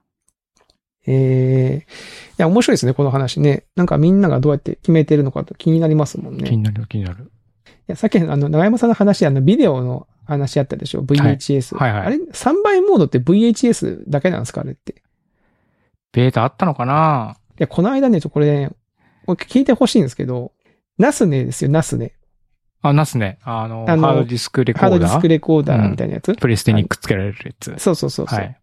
[SPEAKER 2] ええいや、面白いですね、この話ね。なんかみんながどうやって決めてるのかと気になりますもんね。
[SPEAKER 1] 気になる、気になる。
[SPEAKER 2] いや、さっきのあの、長山さんの話であの、ビデオの話あったでしょ ?VHS。
[SPEAKER 1] はいはいはい
[SPEAKER 2] あれ ?3 倍モードって VHS だけなんですかあれって。い
[SPEAKER 1] ベータあったのかな
[SPEAKER 2] や、この間ね、ちょ、これね、これ聞いてほしいんですけど、ナスネですよ、ナスネ。
[SPEAKER 1] あ、ナスね。あの、
[SPEAKER 2] あの
[SPEAKER 1] ハードディスクレコ
[SPEAKER 2] ハード
[SPEAKER 1] ー
[SPEAKER 2] ディス
[SPEAKER 1] ダ
[SPEAKER 2] ク
[SPEAKER 1] ー
[SPEAKER 2] レコーダーみたいなやつ、
[SPEAKER 1] プレステにくっつけられるやつ。
[SPEAKER 2] そうそうそうそう、
[SPEAKER 1] はい。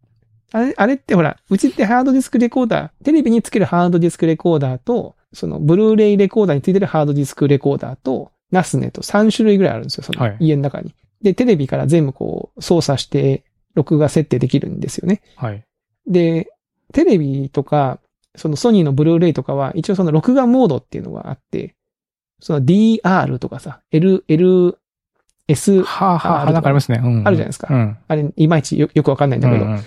[SPEAKER 2] あれ。あれってほら、うちってハードディスクレコーダー、テレビにつけるハードディスクレコーダーと、その、ブルーレイレコーダーについてるハードディスクレコーダーと、ナスネと3種類ぐらいあるんですよ、そ
[SPEAKER 1] は
[SPEAKER 2] の
[SPEAKER 1] い、
[SPEAKER 2] 家の中に。で、テレビから全部こう、操作して、録画設定できるんですよね。
[SPEAKER 1] はい。
[SPEAKER 2] で、テレビとか、そのソニーのブルーレイとかは、一応その録画モードっていうのがあって、その DR とかさ、L、L、S、
[SPEAKER 1] はあ、は
[SPEAKER 2] あ
[SPEAKER 1] あ、なんかありますね。うん。
[SPEAKER 2] あるじゃないですか
[SPEAKER 1] うん。
[SPEAKER 2] あれ、いまいちよよくわかんないんだけど、
[SPEAKER 1] うんうん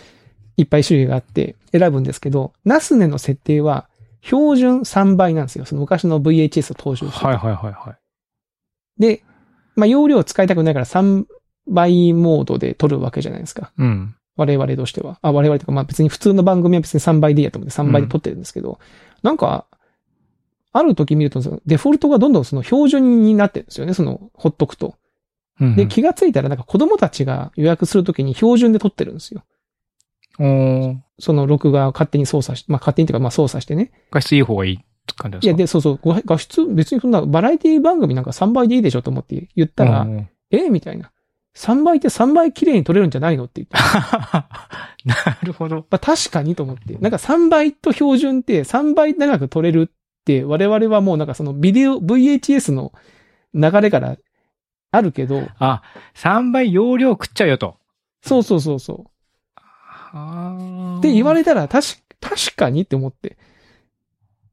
[SPEAKER 2] いっぱい種類があって選ぶんですけど、ナスネの設定は、標準3倍なんですよ。その昔の VHS を踏襲して。
[SPEAKER 1] はいはいはいはい。
[SPEAKER 2] で、まあ、容量を使いたくないから3倍モードで撮るわけじゃないですか。
[SPEAKER 1] うん。
[SPEAKER 2] 我々としては。あ、我々とか、まあ別に普通の番組は別に3倍でいいやと思って3倍で撮ってるんですけど、なんか、ある時見ると、そのデフォルトがどんどんその標準になってるんですよね、その、ほっとくと。
[SPEAKER 1] うんうん
[SPEAKER 2] で、気がついたらなんか子供たちが予約するときに標準で撮ってるんですよ。
[SPEAKER 1] おー
[SPEAKER 2] その録画を勝手に操作し、まあ勝手にというかまあ操作してね。
[SPEAKER 1] 画質いい方がいいって感じ
[SPEAKER 2] いや、
[SPEAKER 1] ですか
[SPEAKER 2] で、そうそう、ご画質、別にそんなバラエティ番組なんか3倍でいいでしょと思って言ったら、
[SPEAKER 1] うんうん
[SPEAKER 2] えみたいな。3倍って3倍綺麗に撮れるんじゃないのって言って。
[SPEAKER 1] なるほど。
[SPEAKER 2] まあ確かにと思って。なんか3倍と標準って3倍長く撮れるって我々はもうなんかそのビデオ、VHS の流れからあるけど、
[SPEAKER 1] あ、3倍容量食っちゃうよと。
[SPEAKER 2] そうそうそうそ
[SPEAKER 1] は
[SPEAKER 2] う。って言わ
[SPEAKER 1] れ
[SPEAKER 2] れたら確か、確かにって思って。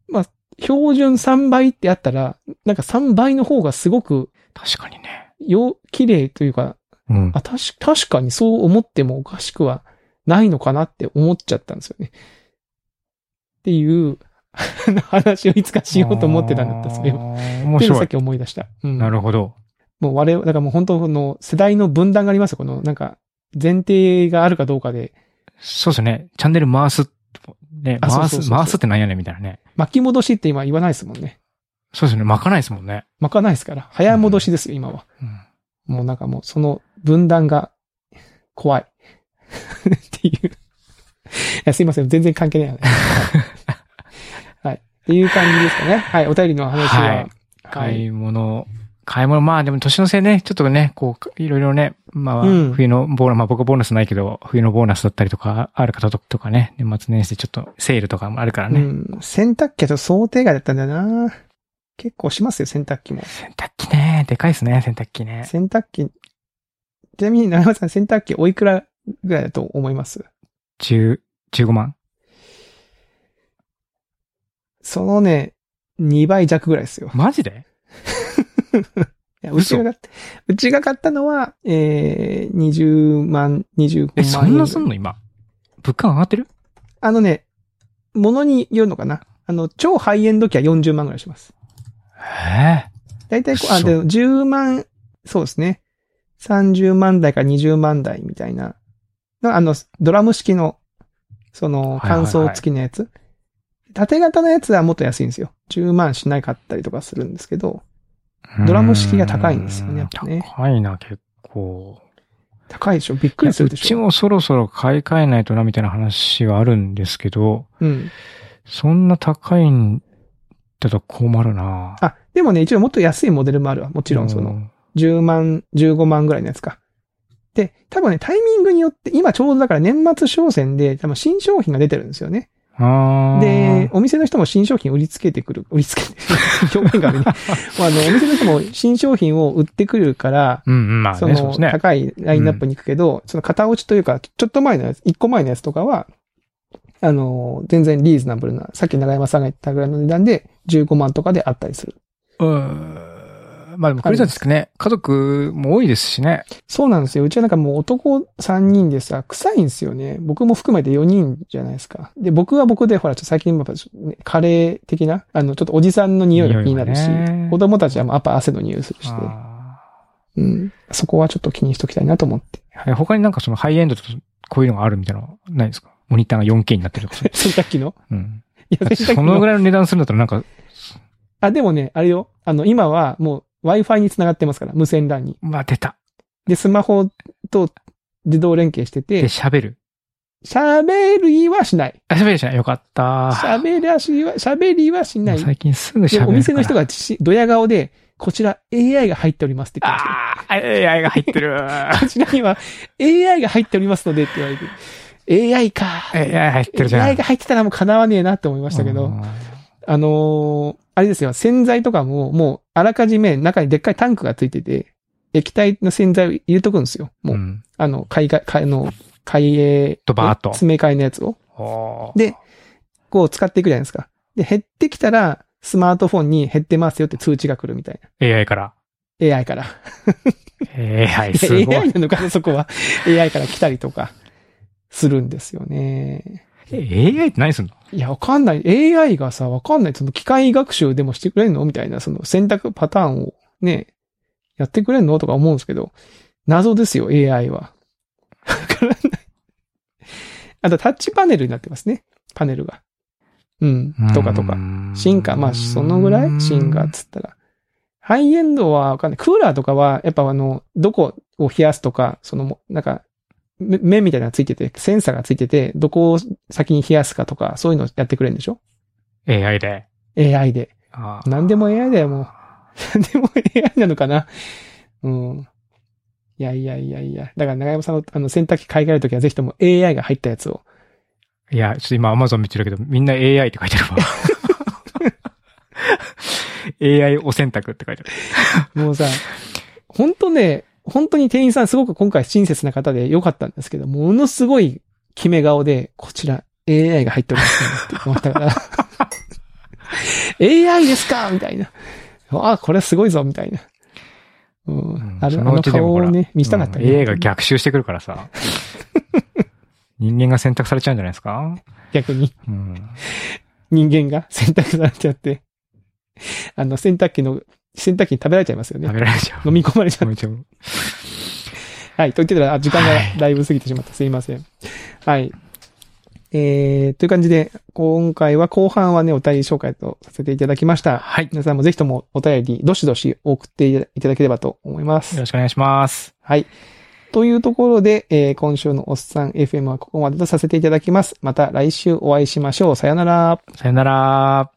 [SPEAKER 2] まあ、標準3倍ってあったら、なんか3倍の方がすごく、
[SPEAKER 1] 確かにね。
[SPEAKER 2] よ、綺麗というか、
[SPEAKER 1] うん。
[SPEAKER 2] あ、確か、確かにそう思ってもおかしくはないのかなって思っちゃったんですよね。っていう、 あの話をいつかしようと思ってたんだった、それは。
[SPEAKER 1] は。面
[SPEAKER 2] っていうのをさ
[SPEAKER 1] 白
[SPEAKER 2] っ
[SPEAKER 1] い。
[SPEAKER 2] き思い出した。うん。
[SPEAKER 1] なるほど。
[SPEAKER 2] もう我々、だからもう本当この世代の分断がありますよ。この、なんか、前提があるかどうかで、
[SPEAKER 1] そうですね。チャンネル回す。ね、
[SPEAKER 2] あ
[SPEAKER 1] 回
[SPEAKER 2] そうそうそう
[SPEAKER 1] す、
[SPEAKER 2] そう
[SPEAKER 1] 回すってなんやねんみたいなね。
[SPEAKER 2] 巻き戻しって今言わないですもんね。
[SPEAKER 1] そうですね。巻かないですもんね。
[SPEAKER 2] 巻かないですから。早戻しですよ、今は。
[SPEAKER 1] うん
[SPEAKER 2] もうなんかもう、その分断が、怖い。っていう。いや、すいません。全然関係 ない話。はい。っていう感じですかね。はい。お便りの話は。
[SPEAKER 1] はい買い物、買い物、まあでも年のせいね、ちょっとね、こう、いろいろね、まあ、
[SPEAKER 2] うん
[SPEAKER 1] 冬のボーナス、まあ僕はボーナスないけど、冬のボーナスだったりとか、ある方ととかね、年末年始でちょっとセールとかもあるから
[SPEAKER 2] う
[SPEAKER 1] ね、
[SPEAKER 2] ん。洗濯機はちょっと想定外だったんだよな。結構しますよ、洗濯機も。
[SPEAKER 1] 洗濯機ね、でかいですね、洗濯機ね。
[SPEAKER 2] 洗濯機、ちなみに長山さん洗濯機おいくらぐらいだと思います
[SPEAKER 1] 10、15万。
[SPEAKER 2] そのね、2倍弱ぐらいですよ。
[SPEAKER 1] マジで
[SPEAKER 2] いやうち
[SPEAKER 1] 嘘
[SPEAKER 2] が買った、うちが買ったのは、えー、20万、25万
[SPEAKER 1] え、そんなす
[SPEAKER 2] そ
[SPEAKER 1] んの今。物価上がってる
[SPEAKER 2] あのね、ものによるのかなあの、超ハイエンド機は40万ぐらいします。
[SPEAKER 1] へえ。
[SPEAKER 2] だいたいこう、あ、
[SPEAKER 1] 嘘
[SPEAKER 2] でも10万、そうですね。30万台から20万台みたいな。のあの、ドラム式の、その、
[SPEAKER 1] はいはいは
[SPEAKER 2] 乾
[SPEAKER 1] い
[SPEAKER 2] 燥付きのやつ、縦型のやつはもっと安いんですよ。10万しないかったりとかするんですけど、ドラム式が高いんですよねやっぱね
[SPEAKER 1] 高いな、結構。
[SPEAKER 2] 高いでしょびっく
[SPEAKER 1] いや
[SPEAKER 2] りする
[SPEAKER 1] う
[SPEAKER 2] で
[SPEAKER 1] ち
[SPEAKER 2] しょ
[SPEAKER 1] もそろそろ買い替えないとな、みたいな話はあるんですけど、
[SPEAKER 2] うん。
[SPEAKER 1] そんな高いんだと困るな
[SPEAKER 2] あ、でもね、一応もっと安いモデルもあるわ。も
[SPEAKER 1] も
[SPEAKER 2] ちろん、その、10万、15万ぐらいのやつか。で、多分ね、タイミングによって、今ちょうどだから年末商戦で、多分新商品が出てるんですよね。
[SPEAKER 1] あー
[SPEAKER 2] で、、お店の人も新商品売りつけてくる、売りつけて、 表現があるね。まああの、お店の人も新商品を売ってくるから、
[SPEAKER 1] うんうん、まあね、そ
[SPEAKER 2] そ
[SPEAKER 1] うで
[SPEAKER 2] の、
[SPEAKER 1] すね。
[SPEAKER 2] 高いラインナップに行くけど、その型落ちというか、ちょっと前のやつ、1個前のやつとかは、あの、全然リーズナブルな、さっき長山さんが言ったぐらいの値段で、15万とかであったりする。
[SPEAKER 1] うーまあでもクリスマスですね、家族も多いですしね。
[SPEAKER 2] そうなんですよ。うちはなんかもう男3人でさ、臭いんですよね。僕も含めて4人じゃないですか。で、僕は僕で、ほら、ちょっと最近もやっぱちょっとね、カレー的な、あの、ちょっとおじさんの匂いが気になるし、
[SPEAKER 1] 匂いがね
[SPEAKER 2] 子供たちはもうやっぱ汗の匂いするしね。
[SPEAKER 1] あ
[SPEAKER 2] うん。そこはちょっと気にしときたいなと思って。
[SPEAKER 1] ーえ他になんかそのハイエンドとこういうのがあるみたいなのはないですかモニターが 4K になってるとか そういう。
[SPEAKER 2] 洗濯機の
[SPEAKER 1] うん。
[SPEAKER 2] いや、洗濯機
[SPEAKER 1] そのぐらいの値段するんだったらなんか、
[SPEAKER 2] あ、でもね、あれよ。あの、今はもう Wi-Fi に繋がってますから、無線 LAN に。
[SPEAKER 1] まあ出た。
[SPEAKER 2] で、スマホと自動連携して
[SPEAKER 1] で、
[SPEAKER 2] て、
[SPEAKER 1] 喋る。
[SPEAKER 2] 喋りはしない。
[SPEAKER 1] あ、喋るじゃないよかった。
[SPEAKER 2] 喋りはしは、喋りはしな
[SPEAKER 1] もう
[SPEAKER 2] い。
[SPEAKER 1] 最近すぐ喋る
[SPEAKER 2] で
[SPEAKER 1] から。
[SPEAKER 2] お店の人がしドヤ顔で、こちら AI が入っておりますって言ってました
[SPEAKER 1] ああ、AI が入ってる。
[SPEAKER 2] こちらには AI が入っておりますのでって言われて、AI か。
[SPEAKER 1] AI 入ってるじゃん。
[SPEAKER 2] AI が入ってたらもう叶わねえなって思いましたけど、あのーあれですよ、洗剤とかも、もう、あらかじめ中にでっかいタンクがついてて、液体の洗剤を入れとくんですよ。
[SPEAKER 1] うん、
[SPEAKER 2] もう、
[SPEAKER 1] うん。
[SPEAKER 2] あの、海外、海あの、海泳、
[SPEAKER 1] ドバーッと
[SPEAKER 2] 詰め替えのやつを、
[SPEAKER 1] おー
[SPEAKER 2] で、こう使っていくじゃないですか。で、減ってきたら、スマートフォンに減ってますよって通知が来るみたい
[SPEAKER 1] AI から。
[SPEAKER 2] な。AI から。
[SPEAKER 1] AI す
[SPEAKER 2] い
[SPEAKER 1] ご
[SPEAKER 2] や AI
[SPEAKER 1] い。
[SPEAKER 2] なのかな、そこは。AI から来たりとか、するんですよね。
[SPEAKER 1] AI って何すんの
[SPEAKER 2] いや、わかんない。AI がさ、わかんない。その機械学習でもしてくれんのみたいな、その選択パターンをね、やってくれんのとか思うんですけど、謎ですよ、AI は。わからない。あと、タッチパネルになってますね。パネルが。うん。とかとか。。進化、まあ、そのぐらい進化っつったら。ハイエンドはわかんない。クーラーとかは、やっぱあの、どこを冷やすとか、そのも、なんか、め目みたいなのがついてて、センサーがついてて、どこを先に冷やすかとか、そういうのやってくれるんでしょ
[SPEAKER 1] AI で。
[SPEAKER 2] ?AI で。
[SPEAKER 1] あー
[SPEAKER 2] 何でも AI だよ、もう。何でも AI なのかなうん。いやいやいやいや。だから、長山さんの、あの、洗濯機買い替えるときは、ぜひとも AI が入ったやつを。
[SPEAKER 1] いや、ちょっと今 Amazon 見てるけど、みんな AI って書いて るわ。AI お洗濯って書いてある。
[SPEAKER 2] もうさ、本当ね、本当に店員さんすごく今回親切な方で良かったんですけど、ものすごい決め顔で、こちら AI が入っておりますねって思ったから、AI ですかみたいな。ああ、これはすごいぞみたいな。うん
[SPEAKER 1] ん
[SPEAKER 2] あ
[SPEAKER 1] そ
[SPEAKER 2] るあ
[SPEAKER 1] のう
[SPEAKER 2] の
[SPEAKER 1] ちでも
[SPEAKER 2] 顔
[SPEAKER 1] ほら
[SPEAKER 2] をね、見せたかったね、
[SPEAKER 1] うん AI が逆襲してくるから さ。人間が選択されちゃうんじゃないですか
[SPEAKER 2] 逆に
[SPEAKER 1] うん。
[SPEAKER 2] 人間が洗濯されちゃって、あの、洗濯機の、洗濯機に食べられちゃいますよ
[SPEAKER 1] 食
[SPEAKER 2] ね。
[SPEAKER 1] べられちゃう。
[SPEAKER 2] 飲み込まれちゃ って
[SPEAKER 1] 飲みちゃう。
[SPEAKER 2] はい。と言ってたら、あ時間が
[SPEAKER 1] はい
[SPEAKER 2] だいぶ過ぎてしまった。すいません。はい。えー、という感じで、今回は後半はね、お便り紹介とさせていただきました。
[SPEAKER 1] はい。よ
[SPEAKER 2] 皆さんもぜひともお便り、どしどし送っていただければと思います
[SPEAKER 1] ろ。しくお願いします。
[SPEAKER 2] はい。というところで、えー今週のおっさん FM はここまでとさせていただきます。また来週お会いしましょう。さよなら。
[SPEAKER 1] さよなら。